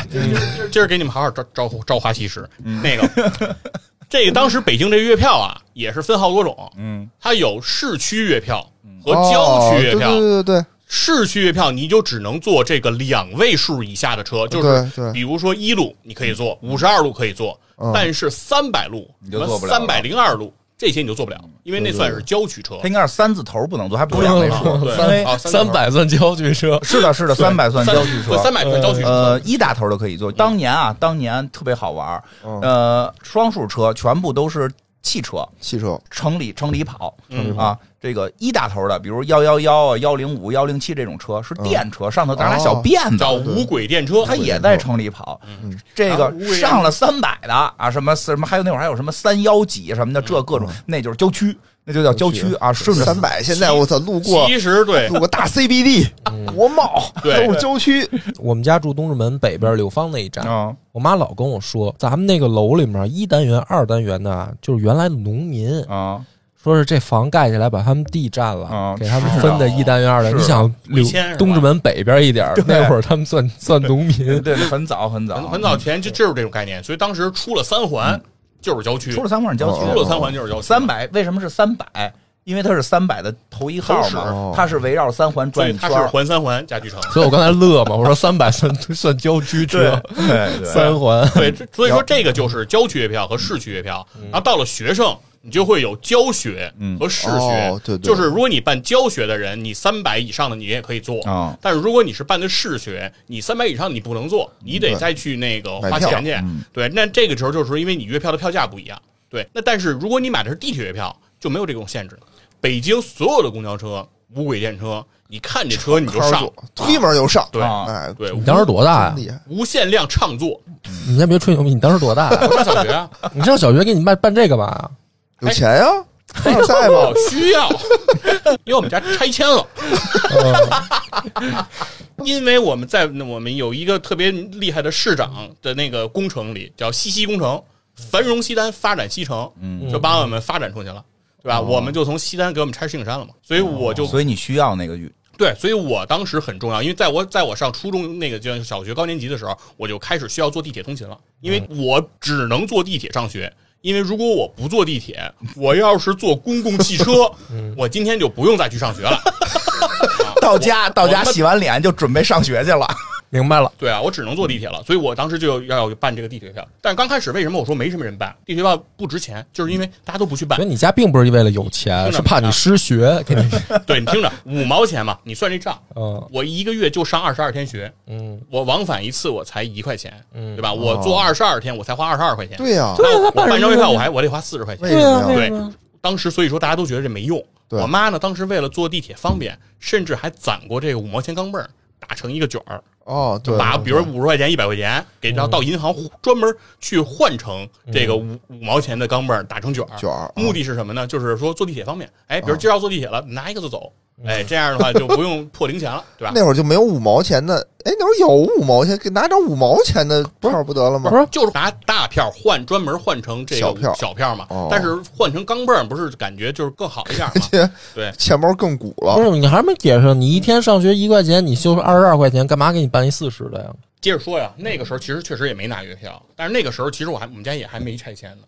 Speaker 4: 今儿给你们好好招招呼朝花夕拾。
Speaker 2: 嗯
Speaker 4: 那个， 这个当时北京这月票啊，也是分好多种，
Speaker 2: 嗯，
Speaker 4: 它有市区月票和郊区月啊票。
Speaker 5: 哦对对对
Speaker 4: 市区月票你就只能坐这个两位数以下的车，
Speaker 2: 哦
Speaker 4: 就
Speaker 5: 对
Speaker 4: 是
Speaker 5: 对
Speaker 4: 比如说一路你可以坐，五十二路可以坐，
Speaker 5: 嗯
Speaker 4: 但是三百路
Speaker 2: 你就坐不了了
Speaker 4: 三百零二路这些你就坐不了，因为那算是郊区车。
Speaker 2: 它应该是三字头不能坐，还不是两位数，
Speaker 4: 对
Speaker 2: 因为
Speaker 4: 啊
Speaker 3: 三百算郊区车，
Speaker 2: 是的，是的，三百算郊区车，
Speaker 4: 三百算郊区车。
Speaker 2: 呃，一打头的可以坐。当年啊，当年特别好玩儿，呃，双数车全部都是汽车，
Speaker 5: 对，汽车
Speaker 2: 城里城里跑
Speaker 4: 嗯
Speaker 2: 啊，这个一打头的，比如幺幺幺啊、幺零五、幺零七这种车是电车，上头咱俩小辫
Speaker 4: 叫
Speaker 2: 子，
Speaker 4: 无轨电车，
Speaker 2: 它也在城里跑。嗯这
Speaker 4: 啊
Speaker 2: 个
Speaker 4: 无人
Speaker 2: 上了三百的啊，什么四什么，还有那会儿还有什么三幺几什么的，
Speaker 4: 嗯
Speaker 2: 这各种那就是郊区，那就叫郊区啊，顺着
Speaker 5: 三百，现在我操，路
Speaker 2: 啊
Speaker 5: 过
Speaker 4: 其实对
Speaker 5: 路过大 CBD 国贸
Speaker 4: 嗯对
Speaker 5: 都是郊区，
Speaker 3: 我们家住东直门北边柳芳那一站，
Speaker 4: 哦
Speaker 2: 啊，
Speaker 3: 我妈老跟我说，咱们那个楼里面一单元、二单元的啊，就是原来的农民，
Speaker 2: 啊，
Speaker 3: 说是这房盖起来把他们地占了，
Speaker 2: 啊
Speaker 3: 给他们分的一单元、二单元。
Speaker 2: 是
Speaker 3: 你想柳
Speaker 4: 五千是吧
Speaker 3: 东直门北边一点儿，那会儿他们算算农
Speaker 2: 对
Speaker 3: 民，
Speaker 2: 对，很早很早
Speaker 4: 很很早前就就是这种概念，所以当时出了三环就是郊区，
Speaker 2: 嗯出了三环是郊区，
Speaker 4: 出了三环就是郊区，
Speaker 2: 三百为什么是三百？因为它是三百的头一号
Speaker 4: 头
Speaker 2: 嘛，
Speaker 4: 十
Speaker 2: 哦它是围绕三环
Speaker 4: 所
Speaker 2: 转
Speaker 4: 以
Speaker 2: 一
Speaker 4: 它
Speaker 2: 圈
Speaker 4: 是
Speaker 2: 儿。
Speaker 4: 环三环家居城。
Speaker 3: 所以我刚才乐嘛，我说三百算算郊区车，
Speaker 2: 对对
Speaker 3: 三 环
Speaker 4: 对，
Speaker 5: 嗯
Speaker 4: 这所以说这个就是郊区月票和市区月票。然后到了学生，你就会有郊学和市学。
Speaker 5: 嗯哦对对
Speaker 4: 就是如果你办郊学的人，你三百以上的你也可以做。
Speaker 2: 啊
Speaker 4: 但是如果你是办的市学，你三百以上你不能做，你得
Speaker 5: 嗯对
Speaker 4: 再去那个
Speaker 5: 买
Speaker 4: 花
Speaker 5: 票
Speaker 4: 钱
Speaker 5: 嗯
Speaker 4: 去。对，那这个时候就是因为你月票的票价不一样。对，那但是如果你买的是地铁月票，就没有这种限制。北京所有的公交车、无轨电车，你看这车你就
Speaker 5: 靠着
Speaker 4: 上
Speaker 5: 坐，推门就上，
Speaker 4: 对
Speaker 2: 啊
Speaker 5: 哎，
Speaker 4: 对，
Speaker 3: 你当时多大呀、
Speaker 5: 厉害，
Speaker 4: 无限量畅坐。
Speaker 3: 你先别吹牛逼，你当时多大 呀、
Speaker 4: 我上小学啊，
Speaker 3: 你上小学给你办办这干嘛呀？
Speaker 4: 哎
Speaker 5: 有钱呀，凡尔赛
Speaker 4: 哦
Speaker 5: 吗？，
Speaker 4: 需要，因为我们家拆迁了。
Speaker 5: 嗯
Speaker 4: 因为我们在我们有一个特别厉害的市长的那个工程里，叫西溪工程，繁荣西单，发展西城，
Speaker 2: 嗯
Speaker 4: 就把我们发展出去了，对
Speaker 5: 哦
Speaker 4: 吧？我们就从西单给我们拆石景山了嘛，所以我就
Speaker 2: 所以你需要那个语
Speaker 4: 对，所以我当时很重要，因为在我在我上初中那个就小学高年级的时候，我就开始需要坐地铁通勤了，因为
Speaker 3: 嗯
Speaker 4: 我只能坐地铁上学。因为如果我不坐地铁，我要是坐公共汽车，
Speaker 3: 嗯
Speaker 4: 我今天就不用再去上学了。
Speaker 2: 到家到家
Speaker 4: 我们
Speaker 2: 洗完脸就准备上学去了。
Speaker 3: 明白了，
Speaker 4: 对啊，我只能坐地铁了，所以我当时就要办这个地铁票。但刚开始为什么我说没什么人办地铁票不值钱，就是因为大家都不去办
Speaker 3: 所以。你家并不是为了有钱，
Speaker 4: 真的
Speaker 3: 是怕你失学，给你
Speaker 4: 对你听着，五毛钱嘛，你算这账，
Speaker 3: 嗯
Speaker 4: 我一个月就上二十二天学，
Speaker 3: 嗯，
Speaker 4: 我往返一次我才一块钱，
Speaker 3: 嗯
Speaker 4: 对吧？我坐二十二天，我才花二十二块钱。
Speaker 5: 对呀，
Speaker 3: 对啊
Speaker 4: 我
Speaker 3: 他办
Speaker 4: 办张
Speaker 3: 什么
Speaker 4: 月票
Speaker 3: 呢
Speaker 4: 我还我得花四十块
Speaker 5: 为
Speaker 4: 钱。
Speaker 5: 什么呀？
Speaker 4: 对，当时所以说大家都觉得这没用。
Speaker 5: 对
Speaker 4: 我妈呢，当时为了坐地铁方便，甚至还攒过这个五毛钱钢镚儿。打成一个卷儿，
Speaker 5: 哦，对，嗯
Speaker 4: 把比如五十块钱、一百块钱给，然后到银行专门去换成这个五五毛钱的钢镚儿，打成卷儿。
Speaker 5: 卷儿嗯啊
Speaker 4: 目的是什么呢？就是说坐地铁方便。哎，比如今儿要坐地铁了，拿一个就走。哎，这样的话就不用破零钱了，对吧？
Speaker 5: 嗯 那会儿就没有五毛钱的，哎，那会儿有五毛钱，给拿张五毛钱的票不得了吗
Speaker 3: 不？是
Speaker 4: 就是拿大票换，专门换成这个
Speaker 5: 小票
Speaker 4: 小票嘛。
Speaker 5: 哦？
Speaker 4: 但是换成钢镚儿，不是感觉就是更好一点嘛
Speaker 5: 这
Speaker 4: 对
Speaker 5: 钱包更鼓了
Speaker 3: 不，是你还没解释，你一天上学一块钱，你修二十二块钱，干嘛给你办一四十的呀？
Speaker 4: 接着说呀，那个时候其实确实也没拿月票，但是那个时候其实我还我们家也还没拆迁呢。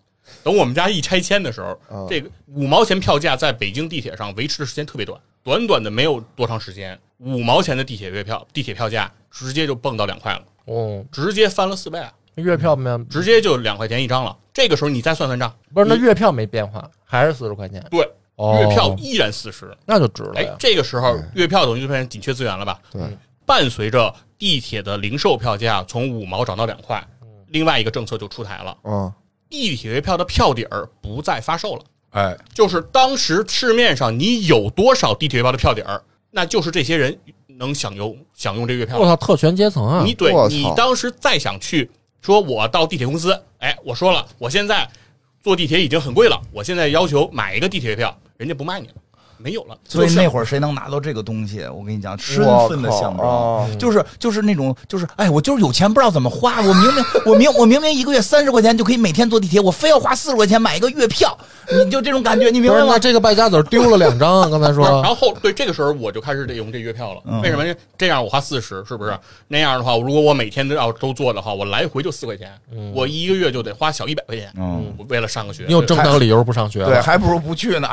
Speaker 4: 等我们家一拆迁的时候，
Speaker 5: 嗯
Speaker 4: 这个五毛钱票价在北京地铁上维持的时间特别短，短短的没有多长时间，五毛钱的地铁月票地铁票价直接就蹦到两块了，
Speaker 3: 哦，
Speaker 4: 直接翻了四倍啊，
Speaker 3: 月票没有
Speaker 4: 直接就两块钱一张了。这个时候你再算算账，
Speaker 3: 不是那
Speaker 4: 你
Speaker 3: 月票没变化，还是四十块钱。
Speaker 4: 对
Speaker 3: 哦
Speaker 4: 月票依然四十、
Speaker 3: 那就值了
Speaker 4: 哎
Speaker 3: 呀，。
Speaker 4: 这个时候月票等于就变成紧缺资源了吧？
Speaker 5: 对，
Speaker 4: 伴随着地铁的零售票价从五毛涨到两块，另外一个政策就出台了，
Speaker 5: 嗯，
Speaker 4: 地铁月票的票底儿不再发售了。
Speaker 2: 哎，
Speaker 4: 就是当时市面上你有多少地铁月票的票底儿，那就是这些人能享用享用这月票
Speaker 3: 我。操，特权阶层啊！
Speaker 4: 你对
Speaker 5: 我操
Speaker 4: 你当时再想去说，我到地铁公司，哎，我说了，我现在坐地铁已经很贵了，我现在要求买一个地铁月票，人家不卖你了。没有了。
Speaker 2: 所以
Speaker 4: 就
Speaker 2: 那
Speaker 4: 像
Speaker 2: 会儿谁能拿到这个东西，我跟你讲，身
Speaker 5: 我
Speaker 2: 份的
Speaker 5: 靠
Speaker 2: 象征。
Speaker 5: 啊
Speaker 4: 嗯
Speaker 2: 就是就是那种就是哎，我就是有钱不知道怎么花，我明明我明我明明一个月三十块钱就可以每天坐地铁，我非要花四十块钱买一个月票，你就这种感觉，你明
Speaker 3: 不
Speaker 2: 白
Speaker 3: 是，
Speaker 2: 吗
Speaker 3: 那？这个败家子儿丢了两 张，刚才
Speaker 4: 不是，然
Speaker 3: 说
Speaker 4: 后后对这个时候我就开始得用这月票了。
Speaker 2: 嗯
Speaker 4: 为什么这样？我花四十，是不是？那样的话，如果我每天都要都做的话，我来回就四块钱，我一个月就得花小一百块钱。
Speaker 2: 嗯，
Speaker 4: 我为了上个学，
Speaker 3: 嗯你有
Speaker 4: 对
Speaker 3: 正当理由不上学
Speaker 2: 对，
Speaker 3: 了，
Speaker 2: 还不如不去呢。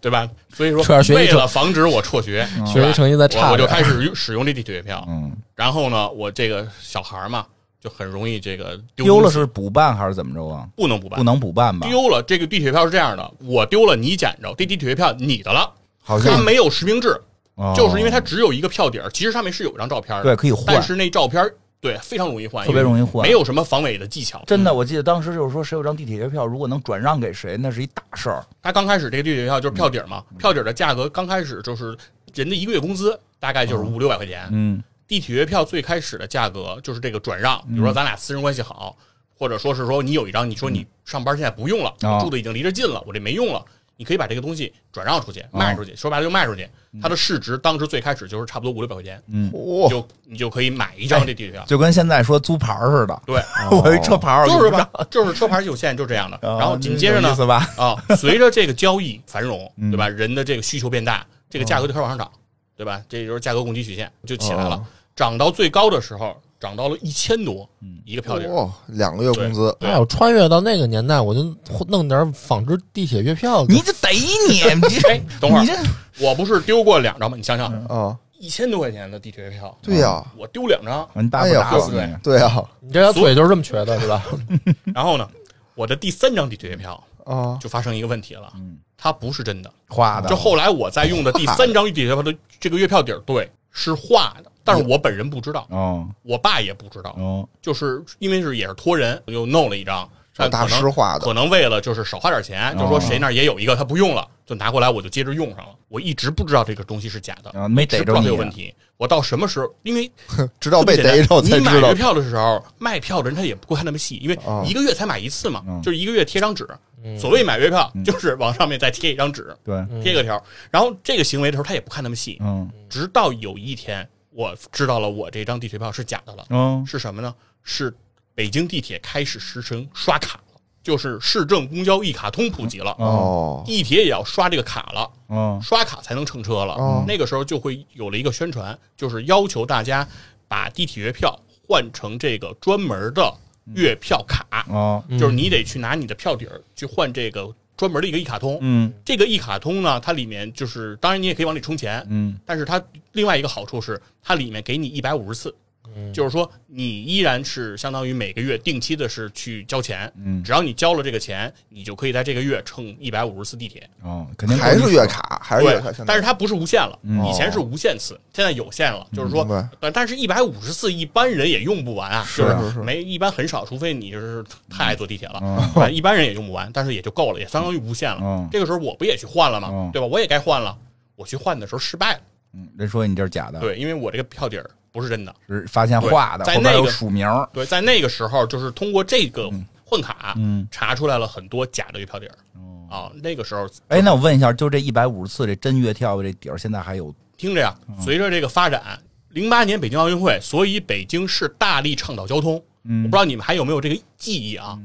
Speaker 4: 对吧？所以说
Speaker 3: 这样，学习
Speaker 4: 为
Speaker 3: 成
Speaker 4: 了防止我辍学，
Speaker 3: 学习成绩再差
Speaker 4: 我我就
Speaker 3: 点
Speaker 4: 开始使用这地铁票。
Speaker 2: 嗯，
Speaker 4: 然后呢，我这个小孩儿嘛，就很容易这个丢
Speaker 2: 丢了
Speaker 4: 东西
Speaker 2: 是补办还是怎么着啊？
Speaker 4: 不能补办，
Speaker 2: 不能补办吧？
Speaker 4: 丢了这个地铁票是这样的，我丢了你捡着，这地铁票你的了。
Speaker 2: 好
Speaker 4: 它
Speaker 2: 像
Speaker 4: 没有实名制，
Speaker 2: 哦
Speaker 4: 就是因为它只有一个票底儿，其实上面是有张照片的，
Speaker 2: 对可以换
Speaker 4: 但是那照片儿对非常容易换，
Speaker 2: 特别容易换
Speaker 4: 没有什么防伪的技巧。
Speaker 2: 真的，我记得当时就是说，谁有张地铁票，如果能转让给谁，那是一大事儿。
Speaker 4: 它刚开始这个地铁票就是票底儿
Speaker 2: 嗯
Speaker 4: 嘛，票底儿的价格刚开始就是人的一个月工资大概就是五六百块钱，
Speaker 2: 嗯，
Speaker 4: 地铁票最开始的价格就是这个转让，比如说咱俩私人关系好，或者说是说你有一张，你说
Speaker 2: 嗯
Speaker 4: 你上班现在不用了，
Speaker 2: 啊
Speaker 4: 我住的已经离这近了，我这没用了，你可以把这个东西转让出去，
Speaker 2: 哦
Speaker 4: 卖出去，说白了就卖出去，
Speaker 2: 嗯
Speaker 4: 它的市值当时最开始就是差不多五六百块钱，
Speaker 5: 哇，
Speaker 4: 就你就可以买一张
Speaker 2: 哎
Speaker 4: 这地铁票。
Speaker 2: 就跟现在说租牌儿似的，
Speaker 4: 对，
Speaker 2: 我有一车牌儿，
Speaker 4: 就是
Speaker 2: 吧
Speaker 4: 吧，就是车牌有限，就这样的。然后紧接着
Speaker 2: 啊有
Speaker 4: 呢
Speaker 2: 意，思嗯吧？
Speaker 4: 啊，随着这个交易繁荣，对吧？人的这个需求变大，这个价
Speaker 2: 啊
Speaker 4: 格就开始往上涨，对吧？这就是价格供给曲线就起来了，涨到最高的时候，涨到了一千多
Speaker 2: 嗯
Speaker 4: 一个票底儿。
Speaker 5: 哇，两个月工资，
Speaker 4: 对
Speaker 3: 哎，我穿越到那个年代，我就弄点纺织地铁月票。
Speaker 2: 你这逮你，你这
Speaker 4: 哎，等会
Speaker 2: 你这
Speaker 4: 儿，我不是丢过两张吗？你想
Speaker 2: 嗯
Speaker 4: 想，
Speaker 5: 啊，
Speaker 4: 一千多块钱的地铁票，
Speaker 5: 对呀，
Speaker 2: 啊
Speaker 4: 我丢两张，
Speaker 2: 你大
Speaker 5: 哎
Speaker 2: 不
Speaker 5: 呀
Speaker 2: 打死
Speaker 4: 对
Speaker 2: 你？啊
Speaker 5: 对呀，
Speaker 3: 你这条腿就是这么 瘸的，是吧？
Speaker 4: 然后呢，我的第三张地铁票
Speaker 5: 啊，
Speaker 4: 就发生一个问题了，
Speaker 2: 嗯
Speaker 4: 它不是真的，
Speaker 2: 花的
Speaker 4: 就后来我在用的第三张地铁票的这个月票底儿， 对，是画的，但是我本人不知道，
Speaker 2: 哦
Speaker 4: 我爸也不知道，
Speaker 5: 嗯
Speaker 2: 哦，
Speaker 4: 就是因为是也是托人，又弄了一张，
Speaker 5: 找
Speaker 4: 但
Speaker 5: 大
Speaker 4: 可能
Speaker 5: 师画的哦
Speaker 4: 可能为了就是少花点钱，就说谁那儿也有一个他不用了，就拿过来我就接着用上了。我一直不知道这个东西是假的，
Speaker 5: 嗯
Speaker 2: 啊没
Speaker 4: 一直
Speaker 2: 逮
Speaker 4: 不
Speaker 2: 着
Speaker 4: 知道
Speaker 2: 你
Speaker 4: 它有问题。我到什么时候？因为
Speaker 5: 直到啊被逮着才
Speaker 4: 你买
Speaker 5: 知道
Speaker 4: 月，票的时候，卖票的人他也不会看那么细，因为
Speaker 5: 哦嗯
Speaker 4: 一个月才买一次嘛，就是一个月贴张纸。所谓买月票，就是往上面再贴一张纸，
Speaker 2: 对，
Speaker 4: 贴个条儿。然后这个行为的时候，他也不看那么细。
Speaker 2: 嗯
Speaker 4: 直到有一天，我知道了我这张地铁票是假的了。
Speaker 2: 嗯
Speaker 4: 是什么呢？是北京地铁开始实行刷卡了，就是市政公交一卡通普及了，
Speaker 5: 哦，
Speaker 4: 地铁也要刷这个卡了，
Speaker 2: 嗯
Speaker 4: 刷卡才能乘车了。
Speaker 5: 哦
Speaker 4: 那个时候就会有了一个宣传，就是要求大家把地铁月票换成这个专门的月票卡，
Speaker 2: 哦
Speaker 4: 就是你得去拿你的票底儿去换这个专门的一个一卡通。
Speaker 2: 嗯
Speaker 4: 这个一卡通呢，它里面就是，当然你也可以往里充钱，
Speaker 2: 嗯
Speaker 4: 但是它另外一个好处是，它里面给你一百五十次，就是说你依然是相当于每个月定期的是去交钱，
Speaker 2: 嗯
Speaker 4: 只要你交了这个钱，你就可以在这个月乘一百五十次地铁。
Speaker 2: 哦，肯定
Speaker 5: 还
Speaker 2: 够
Speaker 5: 是
Speaker 2: 意
Speaker 5: 月
Speaker 2: 思
Speaker 5: 卡，还是
Speaker 4: 嗯对
Speaker 5: 月卡，现，在
Speaker 4: 但是它不是无限了，
Speaker 2: 嗯
Speaker 4: 以前是无限次，现在有限了，就是说
Speaker 5: 明白，
Speaker 4: 但但是一百五十次一般人也用不完啊，
Speaker 2: 是
Speaker 4: 就
Speaker 2: 啊
Speaker 5: 是是
Speaker 4: 没一般很少，除非你就是太爱坐地铁了，
Speaker 2: 嗯
Speaker 4: 反正一般人也用不完，但是也就够了，也相当于无限
Speaker 2: 嗯
Speaker 4: 了。这个时候我不也去换了
Speaker 2: 嗯
Speaker 4: 吗？对吧？我也该换了，我去换的时候失败了。
Speaker 2: 嗯人说你这是假的，
Speaker 4: 对，因为我这个票底儿不是真的。
Speaker 2: 是发现画的，
Speaker 4: 对
Speaker 2: 后
Speaker 4: 在
Speaker 2: 边
Speaker 4: 那
Speaker 2: 有
Speaker 4: 个
Speaker 2: 署名儿，
Speaker 4: 对，在那个时候，就是通过这个换卡，
Speaker 2: 嗯哦
Speaker 4: 查出来了很多假的月票底儿。啊，那个时候
Speaker 2: 哎，那我问一下，就这一百五十次这真月跳这底儿，现在还有
Speaker 4: 听着呀，
Speaker 5: 嗯
Speaker 4: 随着这个发展，零八年北京奥运会，所以北京市大力倡导交通。
Speaker 5: 嗯
Speaker 2: 嗯
Speaker 4: 我不知道你们还有没有这个记忆啊？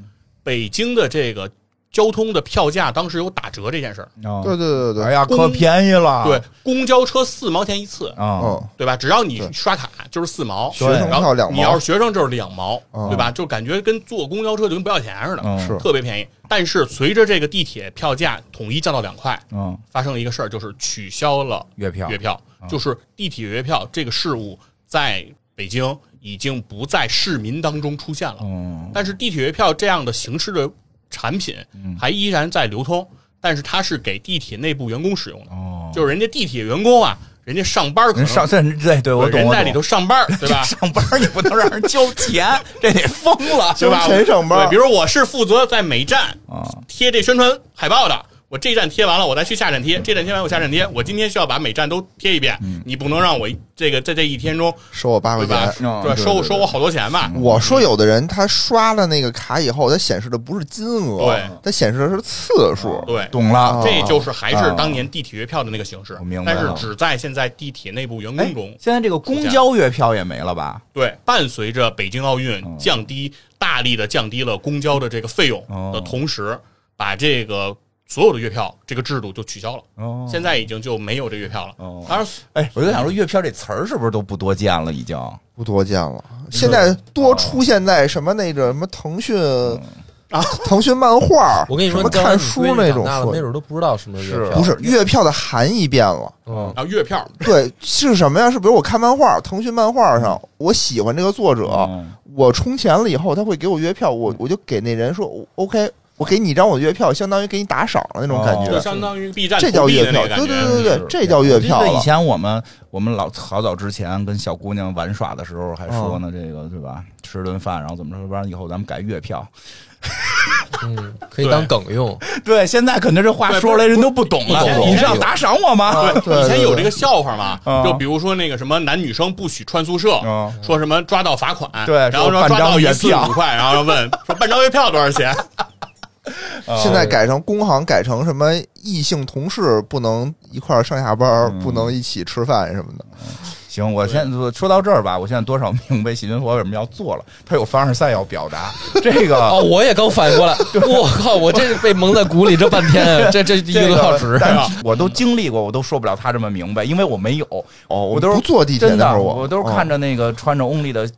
Speaker 4: 北京的这个交通的票价当时有打折这件事儿。
Speaker 2: 哦
Speaker 5: 对对对对
Speaker 2: 哎
Speaker 5: 对，
Speaker 2: 呀，可
Speaker 4: 公
Speaker 2: 便宜
Speaker 5: 啊
Speaker 2: 了，
Speaker 4: 对，公交车四毛钱一次，
Speaker 2: 啊，
Speaker 5: 嗯，
Speaker 4: 对吧？只要你
Speaker 5: 对
Speaker 4: 刷卡就是四毛，
Speaker 5: 学生
Speaker 4: 然
Speaker 5: 票
Speaker 4: 后
Speaker 5: 两
Speaker 4: 你要
Speaker 5: 毛
Speaker 4: 是，学生就是两毛，
Speaker 5: 哦
Speaker 4: 对吧？就感觉跟坐公交车就跟不要钱似的。
Speaker 2: 嗯
Speaker 5: 是
Speaker 4: 特别便宜。但是随着这个地铁票价统一降到两块，
Speaker 2: 嗯，
Speaker 4: 发生了一个事儿，就是取消了
Speaker 2: 月票嗯
Speaker 4: 月票，就是地铁月票这个事物在北京已经不在市民当中出现了。
Speaker 2: 嗯
Speaker 4: 但是地铁月票这样的形式的产品还依然在流通，但是它是给地铁内部员工使用的，
Speaker 2: 哦，
Speaker 4: 就是人家地铁员工啊，人家上班可
Speaker 2: 人
Speaker 4: 能
Speaker 2: 上这对对，我懂，
Speaker 4: 人
Speaker 2: 我
Speaker 4: 在里
Speaker 2: 懂
Speaker 4: 头上班，对吧？
Speaker 2: 上班儿你不能让人 交钱，这得疯了，
Speaker 4: 对吧？
Speaker 5: 谁上班
Speaker 4: 对，比如我是负责在每站
Speaker 2: 啊
Speaker 4: 贴这宣传海报的，我这站贴完了，我再去下站贴，这站贴完我下站贴，我今天需要把每站都贴一遍，你不能让我这个在这一天中
Speaker 5: 收我八块
Speaker 4: 对吧嗯
Speaker 5: 钱。？
Speaker 2: 嗯
Speaker 4: 对吧，
Speaker 2: 对
Speaker 4: 收
Speaker 2: 对对
Speaker 4: 收我好多钱吧？
Speaker 5: 我说有的人他刷了那个卡以后，他显示的不是金额
Speaker 4: 对，
Speaker 5: 他显示的是次数。
Speaker 4: 对，啊
Speaker 2: 懂了
Speaker 5: 哦。
Speaker 4: 这就是还是当年地铁月票的那个形式
Speaker 2: 我明，白
Speaker 4: 但
Speaker 2: 了
Speaker 4: 是只在现在地铁内部员
Speaker 2: 哎
Speaker 4: 工中，。
Speaker 2: 现在这个公交月票也没了吧？
Speaker 4: 对，伴随着北京奥运降低、大力的降低了公交的这个费用
Speaker 2: 哦
Speaker 4: 的同时，把这个所有的月票这个制度就取消了。
Speaker 2: 哦
Speaker 4: 现在已经就没有这月票了。
Speaker 2: 哦
Speaker 4: 当然，
Speaker 2: 哎，我就想说，月票这词儿是不是都不多见了？已经
Speaker 5: 不多见了，现在
Speaker 4: 哦
Speaker 5: 多出现在什么那个什么腾讯
Speaker 4: 嗯
Speaker 5: 啊，腾讯漫画，
Speaker 3: 我跟你说，
Speaker 5: 什么
Speaker 3: 你将来
Speaker 5: 看
Speaker 3: 你
Speaker 5: 书
Speaker 3: 闺女
Speaker 5: 那
Speaker 3: 长
Speaker 5: 种
Speaker 3: 大了
Speaker 5: 说
Speaker 3: 没准都不知道什么
Speaker 5: 是
Speaker 3: 月票
Speaker 5: 不是月票的含义变了？
Speaker 3: 嗯
Speaker 4: 然后月票
Speaker 5: 对，是什么呀？是比如我看漫画，腾讯漫画上
Speaker 4: 嗯
Speaker 5: 我喜欢这个作者，
Speaker 2: 嗯
Speaker 5: 我充钱了以后，他会给我月票，我我就给那人说我 OK，我给你一张我的月票，相当于给你打赏了那种感觉。
Speaker 4: 就相当于 B 站
Speaker 5: 这叫
Speaker 4: 投币
Speaker 5: 月
Speaker 4: 的那
Speaker 5: 票，
Speaker 4: 个感
Speaker 5: 对对
Speaker 4: 觉。
Speaker 5: 对
Speaker 2: 是
Speaker 5: 对，这叫月票
Speaker 2: 我记得
Speaker 5: 了
Speaker 2: 以。前我们我们老好早之前跟小姑娘玩耍的时候还说呢，这个对吧？吃顿饭，然后怎么着？不然以后咱们改月票。
Speaker 3: 嗯，可以当梗用。
Speaker 2: 对，现在可能这话说出来人都不懂了
Speaker 4: 不。懂
Speaker 2: 你是要打赏我吗？
Speaker 5: 啊对
Speaker 4: 以前有这
Speaker 5: 对
Speaker 4: 个笑话嘛
Speaker 2: 啊，
Speaker 4: 就比如说那个什么男女生不许穿宿舍
Speaker 2: 啊，
Speaker 4: 说什么抓到罚款，
Speaker 2: 对
Speaker 4: 然后
Speaker 2: 说
Speaker 4: 说
Speaker 2: 半
Speaker 4: 抓
Speaker 2: 张
Speaker 4: 到
Speaker 2: 月
Speaker 4: 一次
Speaker 2: 票
Speaker 4: 五块，然后问说半张月票多少钱？
Speaker 5: 现在改成工行，改成什么异性同事不能一块儿上下班儿，不能一起吃饭什么的。
Speaker 2: 行，我现在说到这儿吧，我现在多少 明白喜云佛为什么要做了，他有凡尔赛要表达。这 个
Speaker 3: 哦，我也刚反 应过来，我靠，我这被蒙在鼓里这半天，这这一
Speaker 2: 这
Speaker 3: 个多小时。
Speaker 2: 但我都经历过，我都说不了他这么明白，因为我没有，
Speaker 5: 哦，
Speaker 2: 我都是
Speaker 5: 不坐地铁
Speaker 2: 真
Speaker 5: 那
Speaker 2: 的，
Speaker 5: 会儿，
Speaker 2: 我都是看着那个穿着 only 的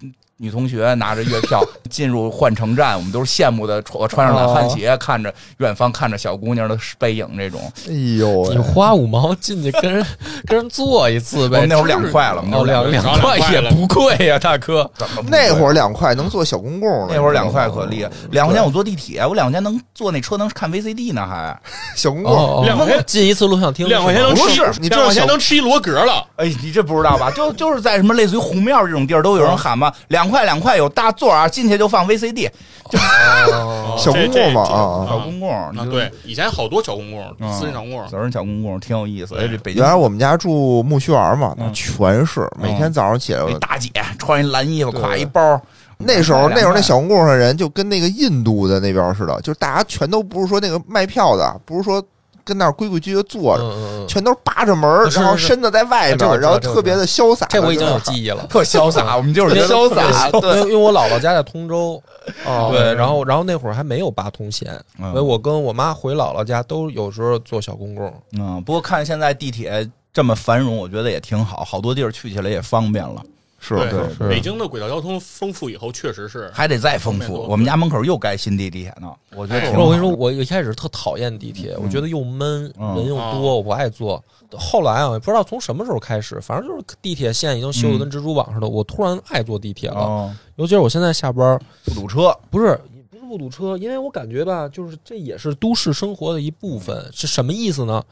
Speaker 2: 女同学拿着月票 进入换乘站，我们都是羡慕的，穿我穿上懒汉鞋，看着远方看着小姑娘的背影，这种
Speaker 5: 哎呦喂
Speaker 3: 你，花五毛进去跟人 跟人做一次
Speaker 2: 我
Speaker 3: 呗，
Speaker 2: 们那会儿
Speaker 3: 至于
Speaker 2: 两块了我们那会
Speaker 3: 哦，
Speaker 2: 儿
Speaker 3: 两
Speaker 4: 两
Speaker 3: 两块
Speaker 4: 块
Speaker 3: 也
Speaker 4: 了
Speaker 3: 不贵呀，大哥。
Speaker 2: 怎么不
Speaker 5: 那会
Speaker 2: 会嗯
Speaker 5: 儿两块能坐小公共了，
Speaker 2: 那会儿
Speaker 5: 你知道
Speaker 2: 两
Speaker 5: 吗
Speaker 2: 块可厉害，两块钱我坐地铁，我两块钱能坐那车能看 VCD 呢，还
Speaker 5: 小公共。
Speaker 3: 哦，
Speaker 4: 两块钱
Speaker 3: 进一次录像厅，
Speaker 4: 两块钱能
Speaker 5: 不
Speaker 4: 吃
Speaker 5: 是
Speaker 4: 一，
Speaker 5: 你知道
Speaker 4: 两块钱
Speaker 5: 小
Speaker 4: 能吃一罗格了。
Speaker 2: 哎，你这不知道吧？ 就就是在什么类似于红庙这种地儿，都有人喊嘛，两块两块有大座啊，进去就放 VCD
Speaker 4: 嗯
Speaker 3: 哦
Speaker 5: 小公共嘛
Speaker 4: 这这
Speaker 5: 啊
Speaker 2: 小公共，你
Speaker 4: 啊，
Speaker 2: 就
Speaker 4: 对，以前好多小公共
Speaker 2: 嗯，
Speaker 4: 私人小公共，
Speaker 2: 小人小公共挺有意思。哎，这北京
Speaker 5: 原来我们家住木须园嘛，那
Speaker 2: 嗯
Speaker 5: 全是每天早上起来，
Speaker 2: 那大姐穿一蓝衣服，
Speaker 5: 对
Speaker 2: 挎一包，
Speaker 5: 那时候
Speaker 2: 两块
Speaker 5: 那时候那小公共上人就跟那个印度的那边似的，就是大家全都不是说那个卖票的，不是说跟那儿规规矩矩
Speaker 2: 哦
Speaker 5: 坐着，
Speaker 3: 嗯嗯嗯，
Speaker 5: 全都是扒着门儿，
Speaker 3: 是是
Speaker 5: 然后
Speaker 3: 是
Speaker 5: 身子在外
Speaker 3: 啊这
Speaker 5: 边
Speaker 3: 我
Speaker 5: 儿，
Speaker 3: 知道
Speaker 5: 然后
Speaker 3: 这我
Speaker 5: 特别的潇洒
Speaker 3: 这
Speaker 5: 的在那儿。
Speaker 3: 我已经有记忆了。
Speaker 2: 特潇洒。我们 就是
Speaker 5: 特别潇洒
Speaker 3: 因为
Speaker 5: 对
Speaker 3: 因为 我姥姥家在通州，
Speaker 5: 哦
Speaker 3: 对，然后然后那会儿还没有八通线，
Speaker 2: 嗯
Speaker 3: 所以我跟我妈回姥姥家都有时候坐小公共。
Speaker 2: 嗯，不过看现在地铁这么繁荣，我觉得也挺好，好多地儿去起来也方便了，
Speaker 5: 是
Speaker 2: 对
Speaker 5: 是
Speaker 4: 北京的轨道交通丰富以后，确实是
Speaker 2: 还得再丰
Speaker 4: 方便
Speaker 2: 富。
Speaker 4: 多
Speaker 2: 我们家门口又盖新地地铁呢，我觉得挺
Speaker 3: 不是，
Speaker 2: 好。
Speaker 3: 哎我跟你说，我一开始特讨厌地铁，我觉得又闷，
Speaker 2: 嗯
Speaker 3: 人又多，我不爱坐。后来啊，也不知道从什么时候开始，反正就是地铁线已经修的跟蜘蛛网似的，我突然爱坐地铁了。
Speaker 2: 嗯哦，
Speaker 3: 尤其是我现在下班，
Speaker 2: 不堵车，
Speaker 3: 不是不是不堵车，因为我感觉吧，就是这也是都市生活的一部分。是什么意思呢？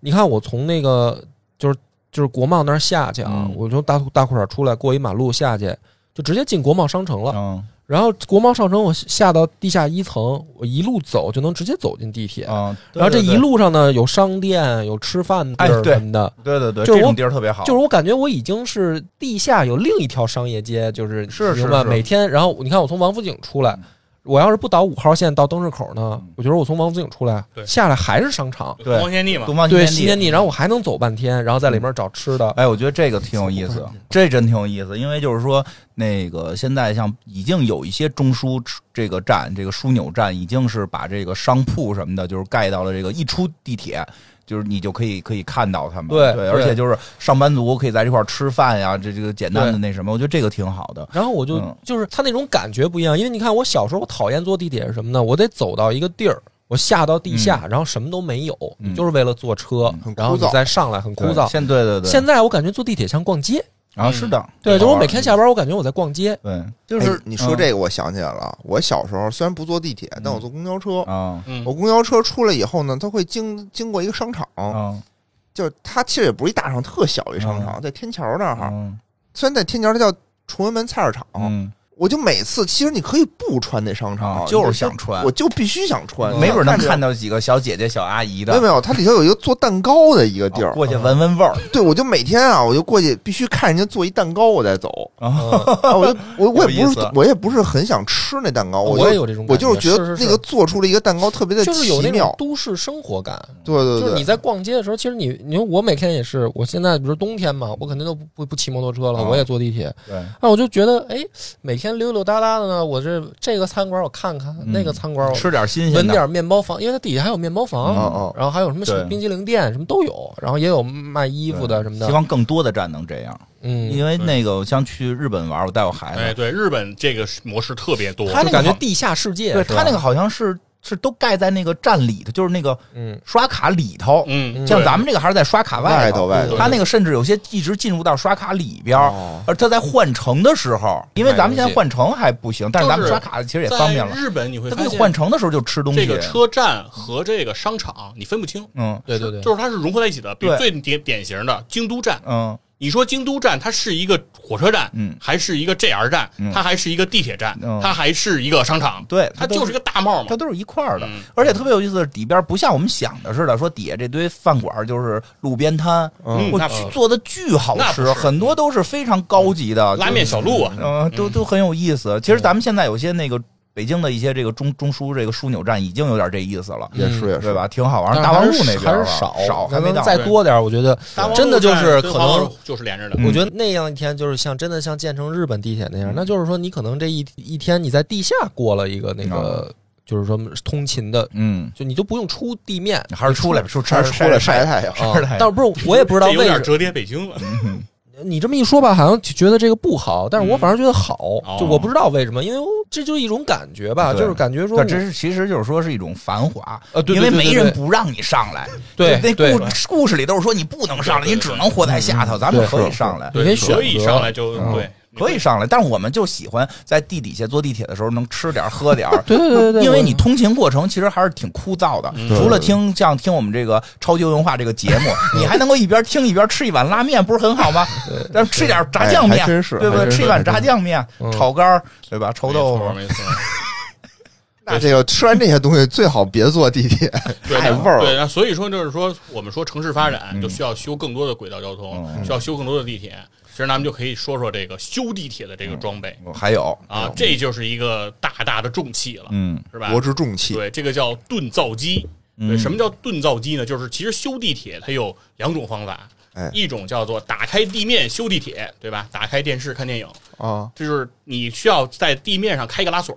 Speaker 3: 你看我从那个就是就是国贸那儿下去啊，
Speaker 2: 嗯
Speaker 3: 我从大大裤衩出来，过一马路下去，就直接进国贸商城了。
Speaker 2: 嗯
Speaker 3: 然后国贸商城我下到地下一层，我一路走就能直接走进地铁。
Speaker 2: 嗯，
Speaker 3: 然后这一
Speaker 2: 路。
Speaker 3: 路上呢，有商店，有吃饭地
Speaker 2: 哎
Speaker 3: 儿
Speaker 2: 对
Speaker 3: 什么的，
Speaker 2: 对对对，
Speaker 3: 就是
Speaker 2: 这
Speaker 3: 我
Speaker 2: 种地儿特别好，
Speaker 3: 就是我感觉我已经是地下有另一条商业街，就是
Speaker 2: 是
Speaker 3: 你明
Speaker 2: 是
Speaker 3: 白
Speaker 2: 是嗯
Speaker 3: 每天，然后你看我从王府井出来，我要是不倒五号线到灯市口呢，我觉得我从王府井出来
Speaker 4: 对
Speaker 3: 下来还是商场，
Speaker 2: 对
Speaker 4: 东方天地嘛
Speaker 2: 东。方
Speaker 3: 对
Speaker 2: 新
Speaker 3: 新
Speaker 2: 天
Speaker 3: 天
Speaker 2: 地。
Speaker 3: 地，然后我还能走半天，然后在里面找吃的。
Speaker 2: 哎，我觉得这个挺有意思，这真挺有意思，因为就是说，那个现在像已经有一些中枢这个站，这个枢纽站已经是把这个商铺什么的，就是盖到了这个一出地铁，就是你就可以可以看到他们，
Speaker 3: 对对
Speaker 2: 而且就是上班族可以在这块儿吃饭呀，这这个简单的那什么，我觉得这个挺好的，
Speaker 3: 然后我就、
Speaker 2: 嗯
Speaker 3: 就是他那种感觉不一样，因为你看我小时候我讨厌坐地铁是什么呢？我得走到一个地儿，我下到地下，然后什么都没有，
Speaker 2: 嗯
Speaker 3: 就是为了坐车，
Speaker 5: 嗯很
Speaker 3: 然后
Speaker 5: 枯
Speaker 3: 你
Speaker 5: 燥
Speaker 3: 再上来很枯燥
Speaker 2: 对。现对对对，
Speaker 3: 现在我感觉坐地铁像逛街，
Speaker 2: 啊是的，
Speaker 3: 嗯对，就是我每
Speaker 5: 嗯
Speaker 3: 天
Speaker 2: 天
Speaker 3: 下班，我感觉我在逛 街。
Speaker 2: 对，就是、嗯
Speaker 5: 哎你说这个，我想起来了。我小时候虽然不坐地铁，但我坐公交车。
Speaker 2: 啊
Speaker 4: 嗯
Speaker 5: 我公交车出来以后呢，它会经经过一个商场，
Speaker 3: 嗯
Speaker 2: 啊
Speaker 5: 就是它其实也不是一大商场，特小一商场，在天桥那儿哈。
Speaker 2: 嗯
Speaker 5: 虽然在天桥，它叫崇文门菜市场。
Speaker 2: 嗯
Speaker 5: 我就每次其实你可以不穿那商场，
Speaker 2: 啊
Speaker 5: 你
Speaker 2: 就是想穿嗯
Speaker 5: 我就必须想穿，
Speaker 2: 没准能
Speaker 5: 着
Speaker 2: 看到几个小姐姐、小阿姨的
Speaker 5: 没有没有，它里头有一个做蛋糕的一个地
Speaker 2: 哦
Speaker 5: 儿，
Speaker 2: 过
Speaker 3: 啊
Speaker 2: 去闻闻味儿。
Speaker 5: 对，我就每天啊，我就过去必须看人家做一蛋糕，我再走。
Speaker 3: 嗯
Speaker 5: 啊， 我就我我也
Speaker 2: 有
Speaker 5: 不
Speaker 2: 意
Speaker 5: 是
Speaker 4: 啊
Speaker 2: 思
Speaker 5: 我也不是很想吃那蛋糕，
Speaker 3: 我
Speaker 5: 就
Speaker 3: 也有这种感
Speaker 5: 我
Speaker 3: 觉
Speaker 5: 就是觉得
Speaker 3: 是是是
Speaker 5: 那个做出了一个蛋糕特别的
Speaker 3: 就是有
Speaker 5: 奇
Speaker 3: 那
Speaker 5: 妙
Speaker 3: 种，都市生活感。
Speaker 5: 对对
Speaker 3: 就是你
Speaker 5: 对，
Speaker 3: 在逛街的时候，其实你，你说我每天也是，我现在比如冬天嘛，我肯定都不不不骑摩托车了，
Speaker 2: 啊
Speaker 3: 我也坐地铁。
Speaker 2: 对，
Speaker 3: 那我就觉得，哎，每天溜溜达达的呢，我这这个餐馆我看看，
Speaker 5: 嗯
Speaker 3: 那个餐馆我
Speaker 2: 吃点新鲜
Speaker 3: 闻
Speaker 2: 的。哦
Speaker 3: 点面包房，因为它底下还有面包房，
Speaker 5: 嗯嗯
Speaker 3: 然后还有什么
Speaker 2: 对
Speaker 3: 冰激凌店，什么都有，然后也有卖衣服的什么
Speaker 2: 希
Speaker 3: 的，
Speaker 2: 望更多的站能这样，
Speaker 3: 嗯，
Speaker 2: 因为
Speaker 4: 对
Speaker 2: 那个像去日本玩，我带我孩
Speaker 4: 哎，
Speaker 2: 子，
Speaker 4: 对，日本这个模式特别多，
Speaker 2: 他那
Speaker 3: 就
Speaker 2: 个
Speaker 3: 感觉
Speaker 2: 好
Speaker 3: 地下世界，
Speaker 2: 对
Speaker 3: 是
Speaker 2: 他那
Speaker 3: 吧
Speaker 2: 个，好像是是都盖在那个站里头，就是那个
Speaker 3: 嗯，
Speaker 2: 刷卡里头。
Speaker 4: 嗯，
Speaker 2: 像
Speaker 4: 对
Speaker 2: 咱们这个还是在刷卡
Speaker 5: 外
Speaker 2: 头，
Speaker 5: 头外头
Speaker 2: 他那个甚至有些一直进入到刷卡里边儿，
Speaker 5: 哦
Speaker 2: 而他在换乘的时候，因为咱们现在换乘还不行，但是咱们
Speaker 4: 就
Speaker 2: 刷
Speaker 4: 是
Speaker 2: 卡其实也方便
Speaker 4: 在
Speaker 2: 了。
Speaker 4: 日本你会
Speaker 2: 他
Speaker 4: 发
Speaker 2: 可以
Speaker 4: 现
Speaker 2: 换乘的时候就吃东西。
Speaker 4: 这个，车站和这个商场你分不清，
Speaker 2: 嗯
Speaker 3: 对对对，
Speaker 4: 就是它是融合在一起的。比如
Speaker 2: 对
Speaker 4: 最典典型的京都站，
Speaker 2: 嗯，
Speaker 4: 你说京都站它是一个火车站，
Speaker 2: 嗯
Speaker 4: 还是一个 JR 站，
Speaker 2: 嗯
Speaker 4: 它还是一个地铁站，
Speaker 2: 嗯
Speaker 4: 它还是一个商场，
Speaker 2: 对它
Speaker 4: 它
Speaker 2: 都
Speaker 4: 就是是一个大帽
Speaker 2: 它
Speaker 4: 嘛。
Speaker 2: 都是一块儿的
Speaker 4: 嗯，
Speaker 2: 而且特别有意思的是，底边不像我们想的似的，说底下这堆饭馆就是路边摊，
Speaker 5: 嗯
Speaker 2: 我
Speaker 4: 那
Speaker 2: 去
Speaker 4: 不
Speaker 2: 做的巨好
Speaker 4: 那不
Speaker 2: 吃，
Speaker 4: 是
Speaker 2: 很多都是非常高级的
Speaker 4: 拉面小路啊，
Speaker 2: 嗯、都都很有意思。其实咱们现在有些那个北京的一些这个中中枢这个枢纽站已经有点这意思了，
Speaker 5: 也是也
Speaker 2: 对
Speaker 5: 是，
Speaker 2: 吧？挺好玩
Speaker 3: 但。是
Speaker 2: 大望
Speaker 3: 还
Speaker 2: 路
Speaker 3: 是
Speaker 2: 那边
Speaker 3: 还
Speaker 2: 儿
Speaker 3: 是
Speaker 2: 吧
Speaker 3: 少，
Speaker 2: 少，还
Speaker 3: 咱
Speaker 2: 没
Speaker 3: 们
Speaker 2: 到。
Speaker 3: 再多点儿，我觉得
Speaker 4: 大望路
Speaker 3: 真的就是
Speaker 4: 站跟
Speaker 3: 可
Speaker 4: 黄花
Speaker 3: 能
Speaker 4: 路就是连着的，
Speaker 2: 嗯
Speaker 3: 我觉得那样一天就是像真的像建成日本地铁那样，那就是
Speaker 2: 嗯
Speaker 3: 说你可能这一一天你在地下过了一个那个，就是说通勤的，
Speaker 2: 嗯，
Speaker 3: 就你就不用出地面，
Speaker 2: 还是出来，出
Speaker 5: 还
Speaker 2: 还
Speaker 5: 是出来晒
Speaker 2: 太
Speaker 5: 太阳。
Speaker 2: 阳嗯
Speaker 3: 啊。但是不是我也不知道
Speaker 4: 这有
Speaker 3: 为
Speaker 4: 点
Speaker 3: 什嗯
Speaker 4: 折叠北京了。
Speaker 3: 你这么一说吧，好像觉得这个不好，但是我反而觉得好，
Speaker 4: 哦
Speaker 3: 就我不知道为什么，因为我这就是一种感觉吧，
Speaker 2: 对
Speaker 3: 就是感觉说
Speaker 2: 但真是，其实就是说是一种繁华，
Speaker 3: 呃对对
Speaker 2: 因为
Speaker 3: 对对
Speaker 2: 没
Speaker 3: 对
Speaker 2: 人不让你上来，
Speaker 3: 对
Speaker 2: 就
Speaker 3: 对
Speaker 2: 那故故事里都是说你不能上来，
Speaker 4: 对对
Speaker 2: 你只能活在下头，咱们可以上来，
Speaker 3: 你可以
Speaker 4: 对，
Speaker 3: 选择
Speaker 4: 可以上来就
Speaker 3: 嗯
Speaker 4: 对，
Speaker 2: 可以上来，但是我们就喜欢在地底下坐地铁的时候能吃点儿喝点儿
Speaker 3: 对对对对对，
Speaker 2: 因为
Speaker 3: 我
Speaker 2: 你通勤过程其实还是挺枯燥的，
Speaker 4: 嗯
Speaker 2: 除了听像听我们这个超级文化这个节目，你还能够一边听一边吃一碗拉面，不是很好吗？咱们吃点炸酱
Speaker 5: 哎
Speaker 2: 面，
Speaker 5: 还真是
Speaker 2: 对不对？
Speaker 5: 还真是
Speaker 2: 吃一碗炸酱面
Speaker 3: 真，是
Speaker 2: 炒肝儿，对吧？臭
Speaker 4: 没
Speaker 2: 豆
Speaker 4: 错
Speaker 3: 啊
Speaker 2: 腐，
Speaker 4: 没错。
Speaker 5: 那这个吃完这些东西最好别坐地铁，
Speaker 4: 对
Speaker 5: 太味儿
Speaker 4: 对，
Speaker 5: 了。
Speaker 4: 那所以说就是说，我们说城市发
Speaker 3: 嗯
Speaker 4: 展就需要修更多的轨道交通，需要修更多的地铁。其实咱们就可以说说这个修地铁的这个装备、
Speaker 2: 还有，
Speaker 4: 啊，这就是一个大大的重器了，
Speaker 2: 嗯
Speaker 4: 是吧？
Speaker 5: 哎国之重器，嗯
Speaker 4: 对，这个叫锻造机。对，什么叫锻造机呢？就是其实修地铁它有两种方法，
Speaker 5: 哎
Speaker 4: 一种叫做打开地面修地铁，对吧？打开电视看电影，
Speaker 5: 啊，
Speaker 4: 这就是你需要在地面上开个拉锁，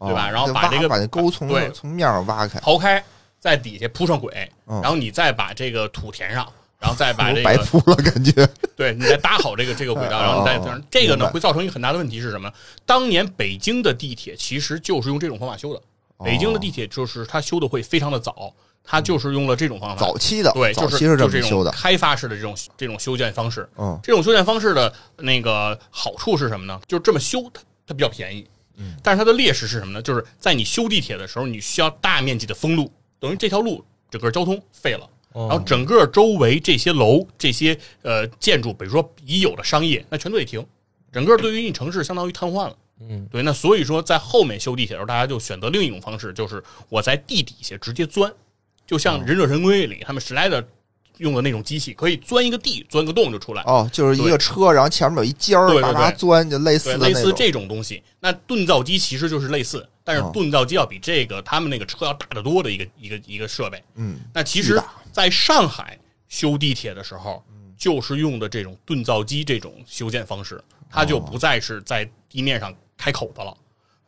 Speaker 4: 对吧？
Speaker 5: 啊
Speaker 4: 然后
Speaker 5: 再
Speaker 4: 把
Speaker 5: 挖
Speaker 4: 这个
Speaker 5: 把那沟从
Speaker 4: 对
Speaker 5: 从面上挖开，
Speaker 4: 刨开，在底下铺上轨，
Speaker 5: 嗯
Speaker 4: 然后你再把这个土填上，然后再 把这
Speaker 5: 白
Speaker 4: 个
Speaker 5: 铺了感觉。
Speaker 4: 对，你再搭好这个这个轨道，然后你再
Speaker 5: 哦
Speaker 4: 这这个
Speaker 5: 明
Speaker 4: 呢
Speaker 5: 白
Speaker 4: 会造成一个很大的问题是什么？当年北京的地铁其实就是用这种方法修的，北京
Speaker 5: 哦
Speaker 4: 的地铁就是它修的会非常的早，它就是用了这种方法。
Speaker 5: 早期的，
Speaker 4: 对，
Speaker 5: 早
Speaker 4: 就是
Speaker 5: 期是
Speaker 4: 就
Speaker 5: 么
Speaker 4: 这
Speaker 5: 修
Speaker 4: 种
Speaker 5: 的，
Speaker 4: 开发式的这种这种修建方式，
Speaker 5: 嗯，
Speaker 4: 这种修建方式的那个好处是什么呢？就是这么修，它它比较便宜。嗯，但是它的劣势是什么呢？就是在你修地铁的时候，你需要大面积的封路，等于这条路整个交通废了。
Speaker 5: 哦
Speaker 4: 然后整个周围这些楼、这些呃建筑，比如说已有的商业，那全都得停，整个对于你城市相当于瘫痪了。
Speaker 3: 嗯，
Speaker 4: 对。那所以说，在后面修地铁的时候，大家就选择另一种方式，就是我在地底下直接钻，就
Speaker 5: 哦
Speaker 4: 像《忍者神龟》里他们史莱德用的那种机器，可以钻一个地，钻个洞就出来。
Speaker 5: 哦，就是一个车，然后前面有一尖儿
Speaker 4: 对，对
Speaker 5: 叭叭
Speaker 4: 对
Speaker 5: 钻，就类似
Speaker 4: 对，
Speaker 5: 的
Speaker 4: 类
Speaker 5: 那
Speaker 4: 似
Speaker 5: 种。
Speaker 4: 这种东西。那锻造机其实就是类似，但是
Speaker 5: 哦
Speaker 4: 锻造机要比这个他们那个车要大得多的一个一个一个设备。
Speaker 5: 嗯，
Speaker 4: 那其
Speaker 5: 巨
Speaker 4: 实
Speaker 5: 大嗯
Speaker 4: 在上海修地铁的时候，就是用的这种锻造机这种修建方
Speaker 5: 哦
Speaker 4: 式，它就不再是在地面上开口的了。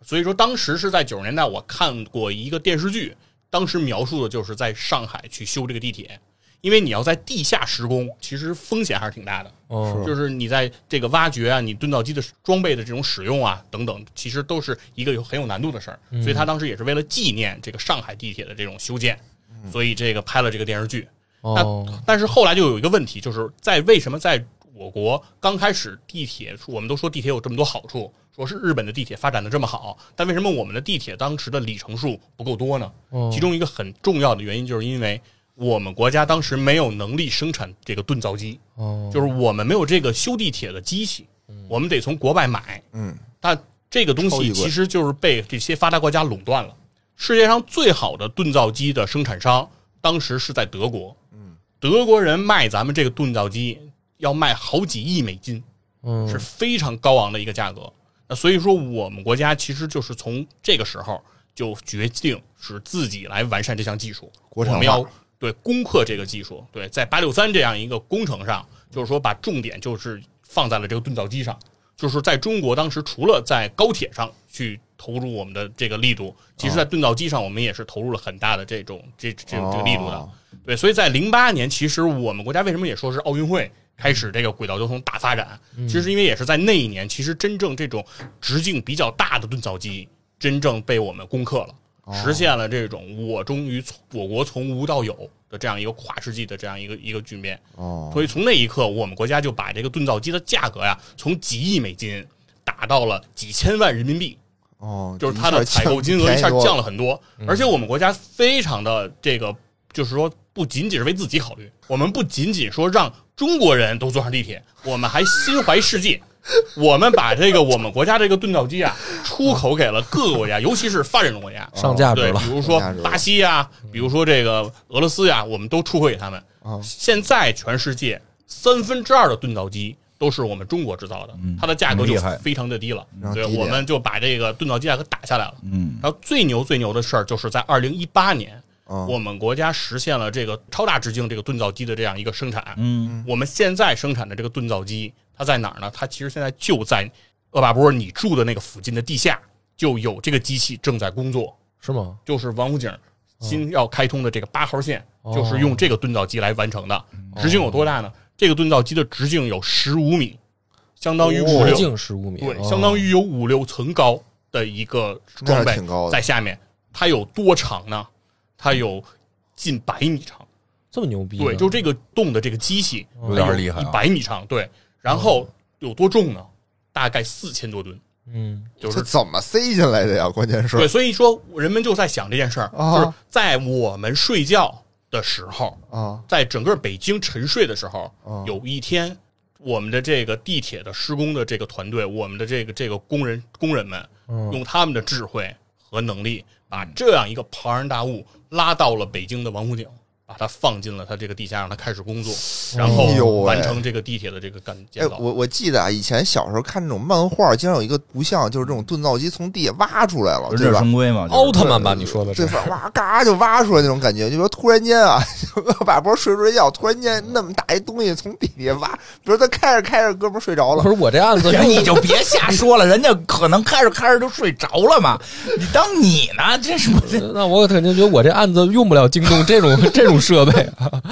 Speaker 4: 所以说，当时是在九十年代，我看过一个电视剧，当时描述的就是在上海去修这个地铁，因为你要在地下施工，其实风险还是挺大的。
Speaker 5: 哦
Speaker 3: 嗯
Speaker 4: 就是你在这个挖掘啊，你锻造机的装备的这种使用啊等等，其实都是一个有很有难度的事儿。
Speaker 5: 嗯
Speaker 4: 所以他当时也是为了纪念这个上海地铁的这种修建，所以这个拍了这个电视剧。
Speaker 3: 哦
Speaker 4: 那但是后来就有一个问题，就是在为什么在我国刚开始地铁，我们都说地铁有这么多好处，说是日本的地铁发展的这么好，但为什么我们的地铁当时的里程数不够多呢？
Speaker 3: 哦
Speaker 4: 其中一个很重要的原因就是因为我们国家当时没有能力生产这个锻造机。
Speaker 3: 哦
Speaker 4: 就是我们没有这个修地铁的机器，我们得从国外买。
Speaker 5: 嗯，
Speaker 4: 但这个东
Speaker 5: 超级
Speaker 4: 西
Speaker 5: 贵
Speaker 4: 其实就是被这些发达国家垄断了。世界上最好的锻造机的生产商，当时是在德国。
Speaker 5: 嗯，
Speaker 4: 德国人卖咱们这个锻造机要卖好几亿美金，
Speaker 3: 嗯
Speaker 4: 是非常高昂的一个价格。那所以说，我们国家其实就是从这个时候就决定使自己来完善这项技术，
Speaker 5: 国产
Speaker 4: 我
Speaker 5: 化
Speaker 4: 们要对攻克这个技术。对，在八六三这样一个工程上，就是说把重点就是放在了这个锻造机上，就是在中国当时除了在高铁上去。投入我们的这个力度，其
Speaker 5: 哦
Speaker 4: 实，在锻造机上，我们也是投入了很大的这种这这种这个力度的。
Speaker 5: 哦
Speaker 4: 对，所以在零八年，其实我们国家为什么也说是奥运会开始这个轨道交通大发展，其实因为也是在那一年，其实真正这种直径比较大的锻造机真正被我们攻克了，实现了这种我终于从我国从无到有的这样一个跨世纪的这样一个一个局面。
Speaker 5: 哦，
Speaker 4: 所以从那一刻，我们国家就把这个锻造机的价格呀，从几亿美金打到了几千万人民币。
Speaker 5: 哦，
Speaker 4: 就是它的采购金额一下降了很嗯多，而且我们国家非常的这个，就是说不仅仅是为自己考虑，我们不仅仅说让中国人都坐上地铁，我们还心怀世界，我们把这个我们国家这个锻造机啊出口给了各个国家，尤其是发展中国家，
Speaker 3: 上价值
Speaker 4: 对，
Speaker 3: 了
Speaker 4: 比，如说
Speaker 5: 上价值了
Speaker 4: 巴西呀、比如说这个俄罗斯呀、我们都出口给他们。
Speaker 5: 啊
Speaker 4: 现在全世界三分之二的锻造机都是我们中国制造的，它的价格
Speaker 2: 很嗯
Speaker 4: 就
Speaker 2: 厉害
Speaker 4: 非常的低了。
Speaker 5: 然后
Speaker 4: 对
Speaker 5: 低，点
Speaker 4: 我们就把这个锻造机价格打下来了。
Speaker 2: 嗯，
Speaker 4: 然后最牛最牛的事儿就是在二零一八年，
Speaker 5: 嗯
Speaker 4: 我们国家实现了这个超大直径这个锻造机的这样一个生产。
Speaker 2: 嗯，
Speaker 4: 我们现在生产的这个锻造机，它在哪儿呢？它其实现在就在厄巴波你住的那个附近的地下，就有这个机器正在工作，
Speaker 3: 是吗？
Speaker 4: 就是王府井
Speaker 2: 嗯
Speaker 4: 新要开通的这个八号线，
Speaker 3: 哦
Speaker 4: 就是用这个锻造机来完成的。
Speaker 2: 哦
Speaker 4: 直径有多大呢？这个锻造机的直径有十五米，相当
Speaker 2: 哦
Speaker 4: 于五
Speaker 3: 直
Speaker 4: 六
Speaker 3: 径十五米，
Speaker 4: 对，
Speaker 3: 哦
Speaker 4: 相当于有五六层高的一个
Speaker 5: 那
Speaker 4: 装
Speaker 5: 还
Speaker 4: 备
Speaker 5: 挺高的
Speaker 4: 在下面，它有多长呢？它有近百米长，
Speaker 3: 这么牛逼呢，啊
Speaker 4: 对，就这个动的这个机器
Speaker 2: 有点厉害
Speaker 4: 哎一
Speaker 2: 啊，
Speaker 4: 百米长，对，然后有多重呢？大概四千多吨，
Speaker 3: 嗯，
Speaker 4: 就
Speaker 5: 这
Speaker 4: 是
Speaker 5: 怎么塞进来的呀？关键是
Speaker 4: 对，所以说人们就在想这件事儿，
Speaker 5: 啊
Speaker 4: 就是在我们睡觉的时候，
Speaker 5: 啊，
Speaker 4: 在整个北京沉睡的时候
Speaker 5: 哦，
Speaker 4: 有一天，我们的这个地铁的施工的这个团队，我们的这个这个工人工人们，
Speaker 5: 嗯
Speaker 4: 用他们的智慧和能力，把这样一个庞然大物拉到了北京的王府井，把它放进了它这个地下，让它开始工作，然
Speaker 5: 哎呦
Speaker 4: 后
Speaker 5: 喂
Speaker 4: 完成这个地铁的这个干
Speaker 5: 哎
Speaker 4: 建，造。
Speaker 5: 我我记得啊，以前小时候看那种漫画，经常有一个图像，就是这种锻造机从地下挖出来了，
Speaker 2: 忍
Speaker 5: 对
Speaker 2: 者
Speaker 5: 吧？
Speaker 2: 神龟嘛，就是
Speaker 3: 奥特 曼吧？你说的
Speaker 5: 对
Speaker 3: 是
Speaker 5: 吧？哇，嘎就挖出来那种感觉，就说突然间啊，把波睡着睡觉，突然间那么大一东西从地底下挖，比如他开着开着，哥们儿睡着
Speaker 3: 不
Speaker 5: 了，
Speaker 3: 是我这案子
Speaker 2: 人
Speaker 3: 用
Speaker 2: 你就别瞎说了，人家可能开着开着就睡着了嘛。你当你呢？这是我这
Speaker 3: 那我肯定觉得我这案子用不了京东这种这种设备啊。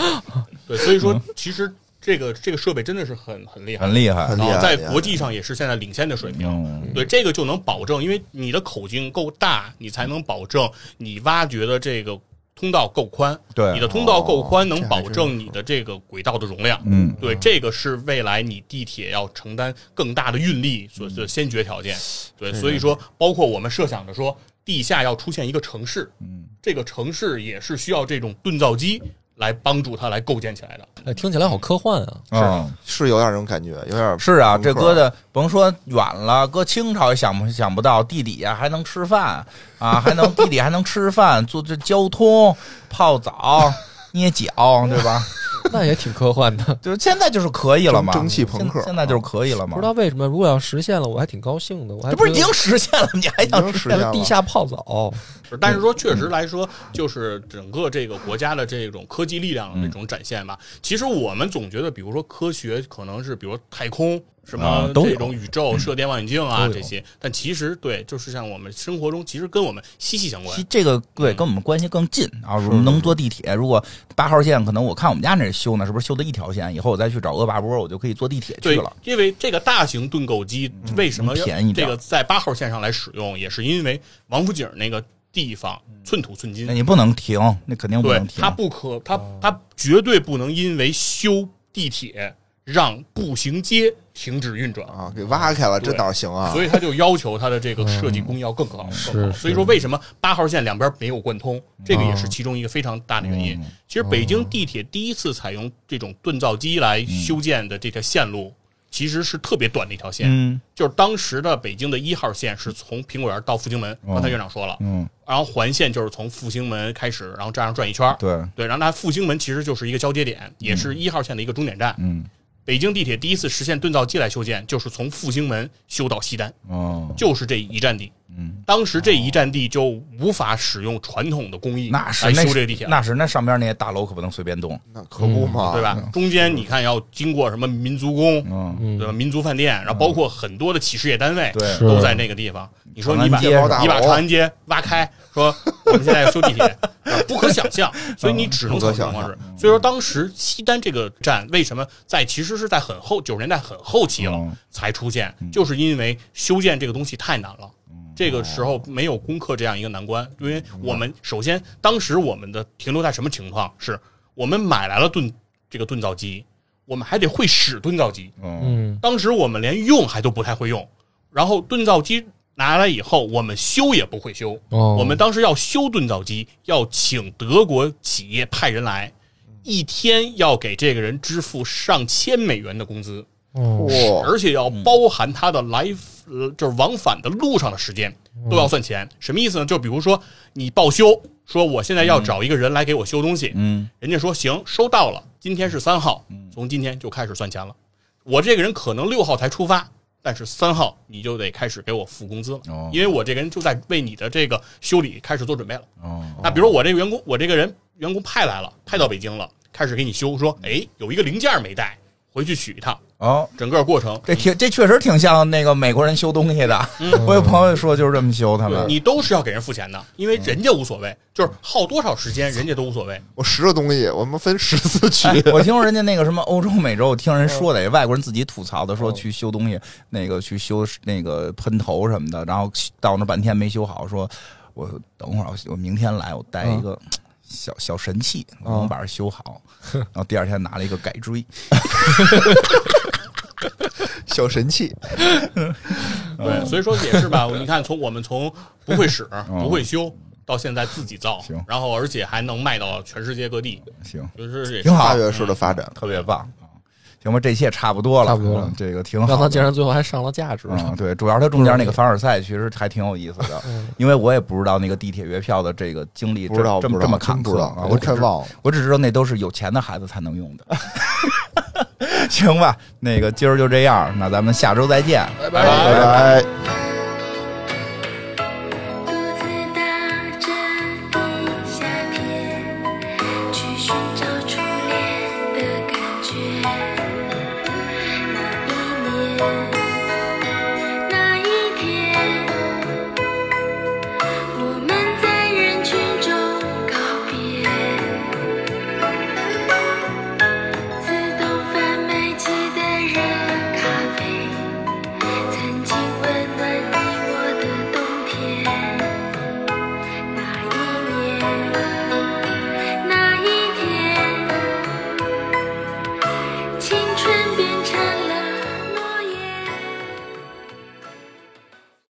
Speaker 4: 对，所以
Speaker 5: 嗯
Speaker 4: 说其实这个这个设备真的是很很厉害
Speaker 2: 很。厉害
Speaker 5: 很。
Speaker 4: 然
Speaker 5: 厉
Speaker 4: 后
Speaker 5: 害
Speaker 4: 啊在
Speaker 5: 厉害
Speaker 4: 国际上也是现在领先的水平，
Speaker 2: 嗯，
Speaker 4: 对，这个就能保证，因为你的口径够大，你才能保证你挖掘的这个通道够宽。
Speaker 2: 对
Speaker 4: 你的通道够宽，
Speaker 5: 哦
Speaker 4: 能
Speaker 5: 这还
Speaker 4: 保
Speaker 5: 真
Speaker 4: 证你的这个轨道的容
Speaker 5: 哦
Speaker 4: 量。
Speaker 2: 嗯
Speaker 4: 对，这个是未来你地铁要承担更大的运力
Speaker 5: 嗯
Speaker 4: 所的先决条件。对，所以说，包括我们设想的说，地下要出现一个城市，
Speaker 2: 嗯，
Speaker 4: 这个城市也是需要这种锻造机来帮助它来构建起来的。
Speaker 3: 哎，听起来好科幻啊！
Speaker 2: 啊
Speaker 5: 是有点那种感觉，有点
Speaker 2: 是啊，
Speaker 5: 朋
Speaker 2: 这
Speaker 5: 克
Speaker 2: 搁的甭说远了，搁清朝也想不想不到，地底下还能吃饭 啊，还能地底还能吃饭，做这交通、泡澡、捏脚，对吧？
Speaker 3: 那也挺科幻的。
Speaker 2: 就是现在就是可以了嘛，
Speaker 5: 蒸蒸汽朋克
Speaker 2: 现现在就是可以了
Speaker 3: 不
Speaker 2: 嘛
Speaker 3: 知。道为什么，如果要实现了，我还挺高兴的。我还
Speaker 2: 这不是已
Speaker 3: 觉
Speaker 2: 经
Speaker 3: 得
Speaker 2: 实现了吗？你还
Speaker 5: 已经
Speaker 2: 想
Speaker 5: 实现了
Speaker 3: 地下泡澡，
Speaker 4: 是但
Speaker 2: 嗯
Speaker 4: 是说，确实来说，就是整个这个国家的这种科技力量的这
Speaker 2: 嗯
Speaker 4: 种展现吧。其实我们总觉得，比如说科学可能是，比如太空什
Speaker 2: 啊
Speaker 4: 么
Speaker 2: 都有嗯
Speaker 4: 这种宇宙射电望远镜啊
Speaker 3: 都有
Speaker 4: 这些，但其实对，就是像我们生活中，其实跟我们息息相关
Speaker 2: 其。这个对跟我们关系更近啊，我们能坐地铁。如果八号线可能我看我们家那修呢，是不是修的一条线？以后我再去找恶霸波，我就可以坐地铁去
Speaker 4: 对
Speaker 2: 了。，嗯
Speaker 4: 因为这个大型盾构机为什么
Speaker 2: 能便宜
Speaker 4: 这
Speaker 2: 点
Speaker 4: 个在八号线上来使用，也是因为王府井那个地方寸土寸金
Speaker 2: 嗯那，你不能停，那肯定不
Speaker 4: 对
Speaker 2: 能，停
Speaker 4: 它。不可，它它绝对不能因为修地铁让步行街停止运转。
Speaker 5: 啊，给挖开了，
Speaker 4: 对
Speaker 5: 这哪行啊？
Speaker 4: 所以它就要求它的这个设
Speaker 2: 嗯
Speaker 4: 计工艺要更高。更好
Speaker 3: 是
Speaker 4: 所以说为什么八号线两边没有贯通，这个也
Speaker 2: 嗯
Speaker 4: 是其中一个非常大的原因。
Speaker 2: 嗯
Speaker 4: 其实北京地铁第一次采用这种锻造机来修建的这条线路，其实是特别短的一条线，
Speaker 2: 嗯
Speaker 4: 就是当时的北京的一号线是从苹果园到复兴门，
Speaker 2: 哦
Speaker 4: 刚才院长说了，
Speaker 2: 嗯，
Speaker 4: 然后环线就是从复兴门开始，然后这样转一圈儿，
Speaker 2: 对，
Speaker 4: 对，然后它复兴门其实就是一个交接点，也是一号线的一个终点站。
Speaker 2: 嗯
Speaker 4: 北京地铁第一次实现锻造机来修建，就是从复兴门修到西单，
Speaker 2: 哦，
Speaker 4: 就是这一站地。
Speaker 2: 嗯，
Speaker 4: 当时这一站地就无法使用传统的工艺
Speaker 2: 那是
Speaker 4: 来
Speaker 2: 那
Speaker 4: 修
Speaker 2: 是
Speaker 4: 这个地铁了，
Speaker 2: 那是那上边那些大楼可不能随便动，
Speaker 5: 那可不
Speaker 4: 嗯
Speaker 5: 嘛，
Speaker 4: 对吧？？中间你看要经过什么民族宫，
Speaker 2: 啊嗯，
Speaker 3: 嗯
Speaker 4: 对吧？民族饭店，然后包括很多的企事业单位，
Speaker 2: 对
Speaker 3: 是
Speaker 4: 都在那个地方。你说你把
Speaker 2: 长安街
Speaker 5: 是吧
Speaker 4: 你把长安街挖开，说我们现在要修地铁，啊不可想象，所以你只能
Speaker 5: 不可
Speaker 4: 走这种方
Speaker 5: 想
Speaker 4: 式。所以说，当时西单这个站为什么在其实是在很后九十年代很后期了
Speaker 2: 嗯
Speaker 4: 才出现，就是因为修建这个东西太难了。
Speaker 5: 嗯
Speaker 4: 这个时候没有攻克这样一个难关，因为我们首先当时我们的停留在什么情况？是我们买来了锻这个锻造机，我们还得会使锻造机，
Speaker 2: 嗯
Speaker 3: 嗯
Speaker 4: 当时我们连用还都不太会用，然后锻造机拿来以后，我们修也不会修。
Speaker 3: 哦
Speaker 4: 我们当时要修锻造机，要请德国企业派人来，一天要给这个人支付上千美元的工资，
Speaker 3: 哦
Speaker 5: 哇，
Speaker 4: 而且要包含他的来呃就是往返的路上的时间都要算钱。什么意思呢？就比如说你报修，说我现在要找一个人来给我修东西，
Speaker 2: 嗯
Speaker 4: 人家说行，收到了，今天是三号，从今天就开始算钱了。我这个人可能六号才出发，但是三号你就得开始给我付工资了，
Speaker 2: 哦
Speaker 4: 因为我这个人就在为你的这个修理开始做准备了。
Speaker 2: 哦
Speaker 4: 那比如我这个员工，我这个人员工派来了，派到北京了，开始给你修，说
Speaker 2: 嗯
Speaker 4: 哎有一个零件没带，回去取一趟。
Speaker 2: 哦，
Speaker 4: 整个过程
Speaker 2: 这挺这确实挺像那个美国人修东西的， 我有朋友说就是这么修他们，
Speaker 4: 你都是要给人付钱的，因为人家无所谓，就是耗多少时间人家都无所谓。
Speaker 5: 我十个东西，我们分十次 去
Speaker 2: 哎，我听说人家那个什么欧洲、美洲，我听人说
Speaker 3: 嗯
Speaker 2: 的，外国人自己吐槽的，说去修东西，那个去修那个喷头什么的，然后到那半天没修好，说我等会儿，我明天来，我带
Speaker 3: 嗯
Speaker 2: 一个。小小神器，我能把它修好，然后第二天拿了一个改锥，
Speaker 5: 小神器，
Speaker 2: 嗯
Speaker 4: 对，所以说也是吧。 你看，从我们从不会使、不会修，到现在自己造
Speaker 2: 行，
Speaker 4: 然后而且还能卖到全世界各地，
Speaker 2: 行，
Speaker 4: 就是也是
Speaker 2: 挺好
Speaker 5: 大，跃式的发展，
Speaker 2: 特别棒啊！行吧，这期也差不多了，
Speaker 3: 差不多了
Speaker 2: 嗯这个挺好的。
Speaker 3: 让他竟然最后还上了价值，
Speaker 2: 嗯，对，主要它中间那个凡尔赛其实还挺有意思的，因为我也不知道那个地铁月票的这个经历这
Speaker 5: 不知道
Speaker 2: 这
Speaker 5: 不
Speaker 2: 么
Speaker 5: 知道
Speaker 2: 这么坎
Speaker 5: 真不
Speaker 2: 坷
Speaker 5: 知道
Speaker 2: 啊，
Speaker 5: 我
Speaker 2: 我
Speaker 5: 都
Speaker 2: 只
Speaker 5: 快
Speaker 2: 知
Speaker 5: 忘了
Speaker 2: 我只知道那都是有钱的孩子才能用的。 行吧，那个今儿就这样，那咱们下周再见。
Speaker 5: 拜拜。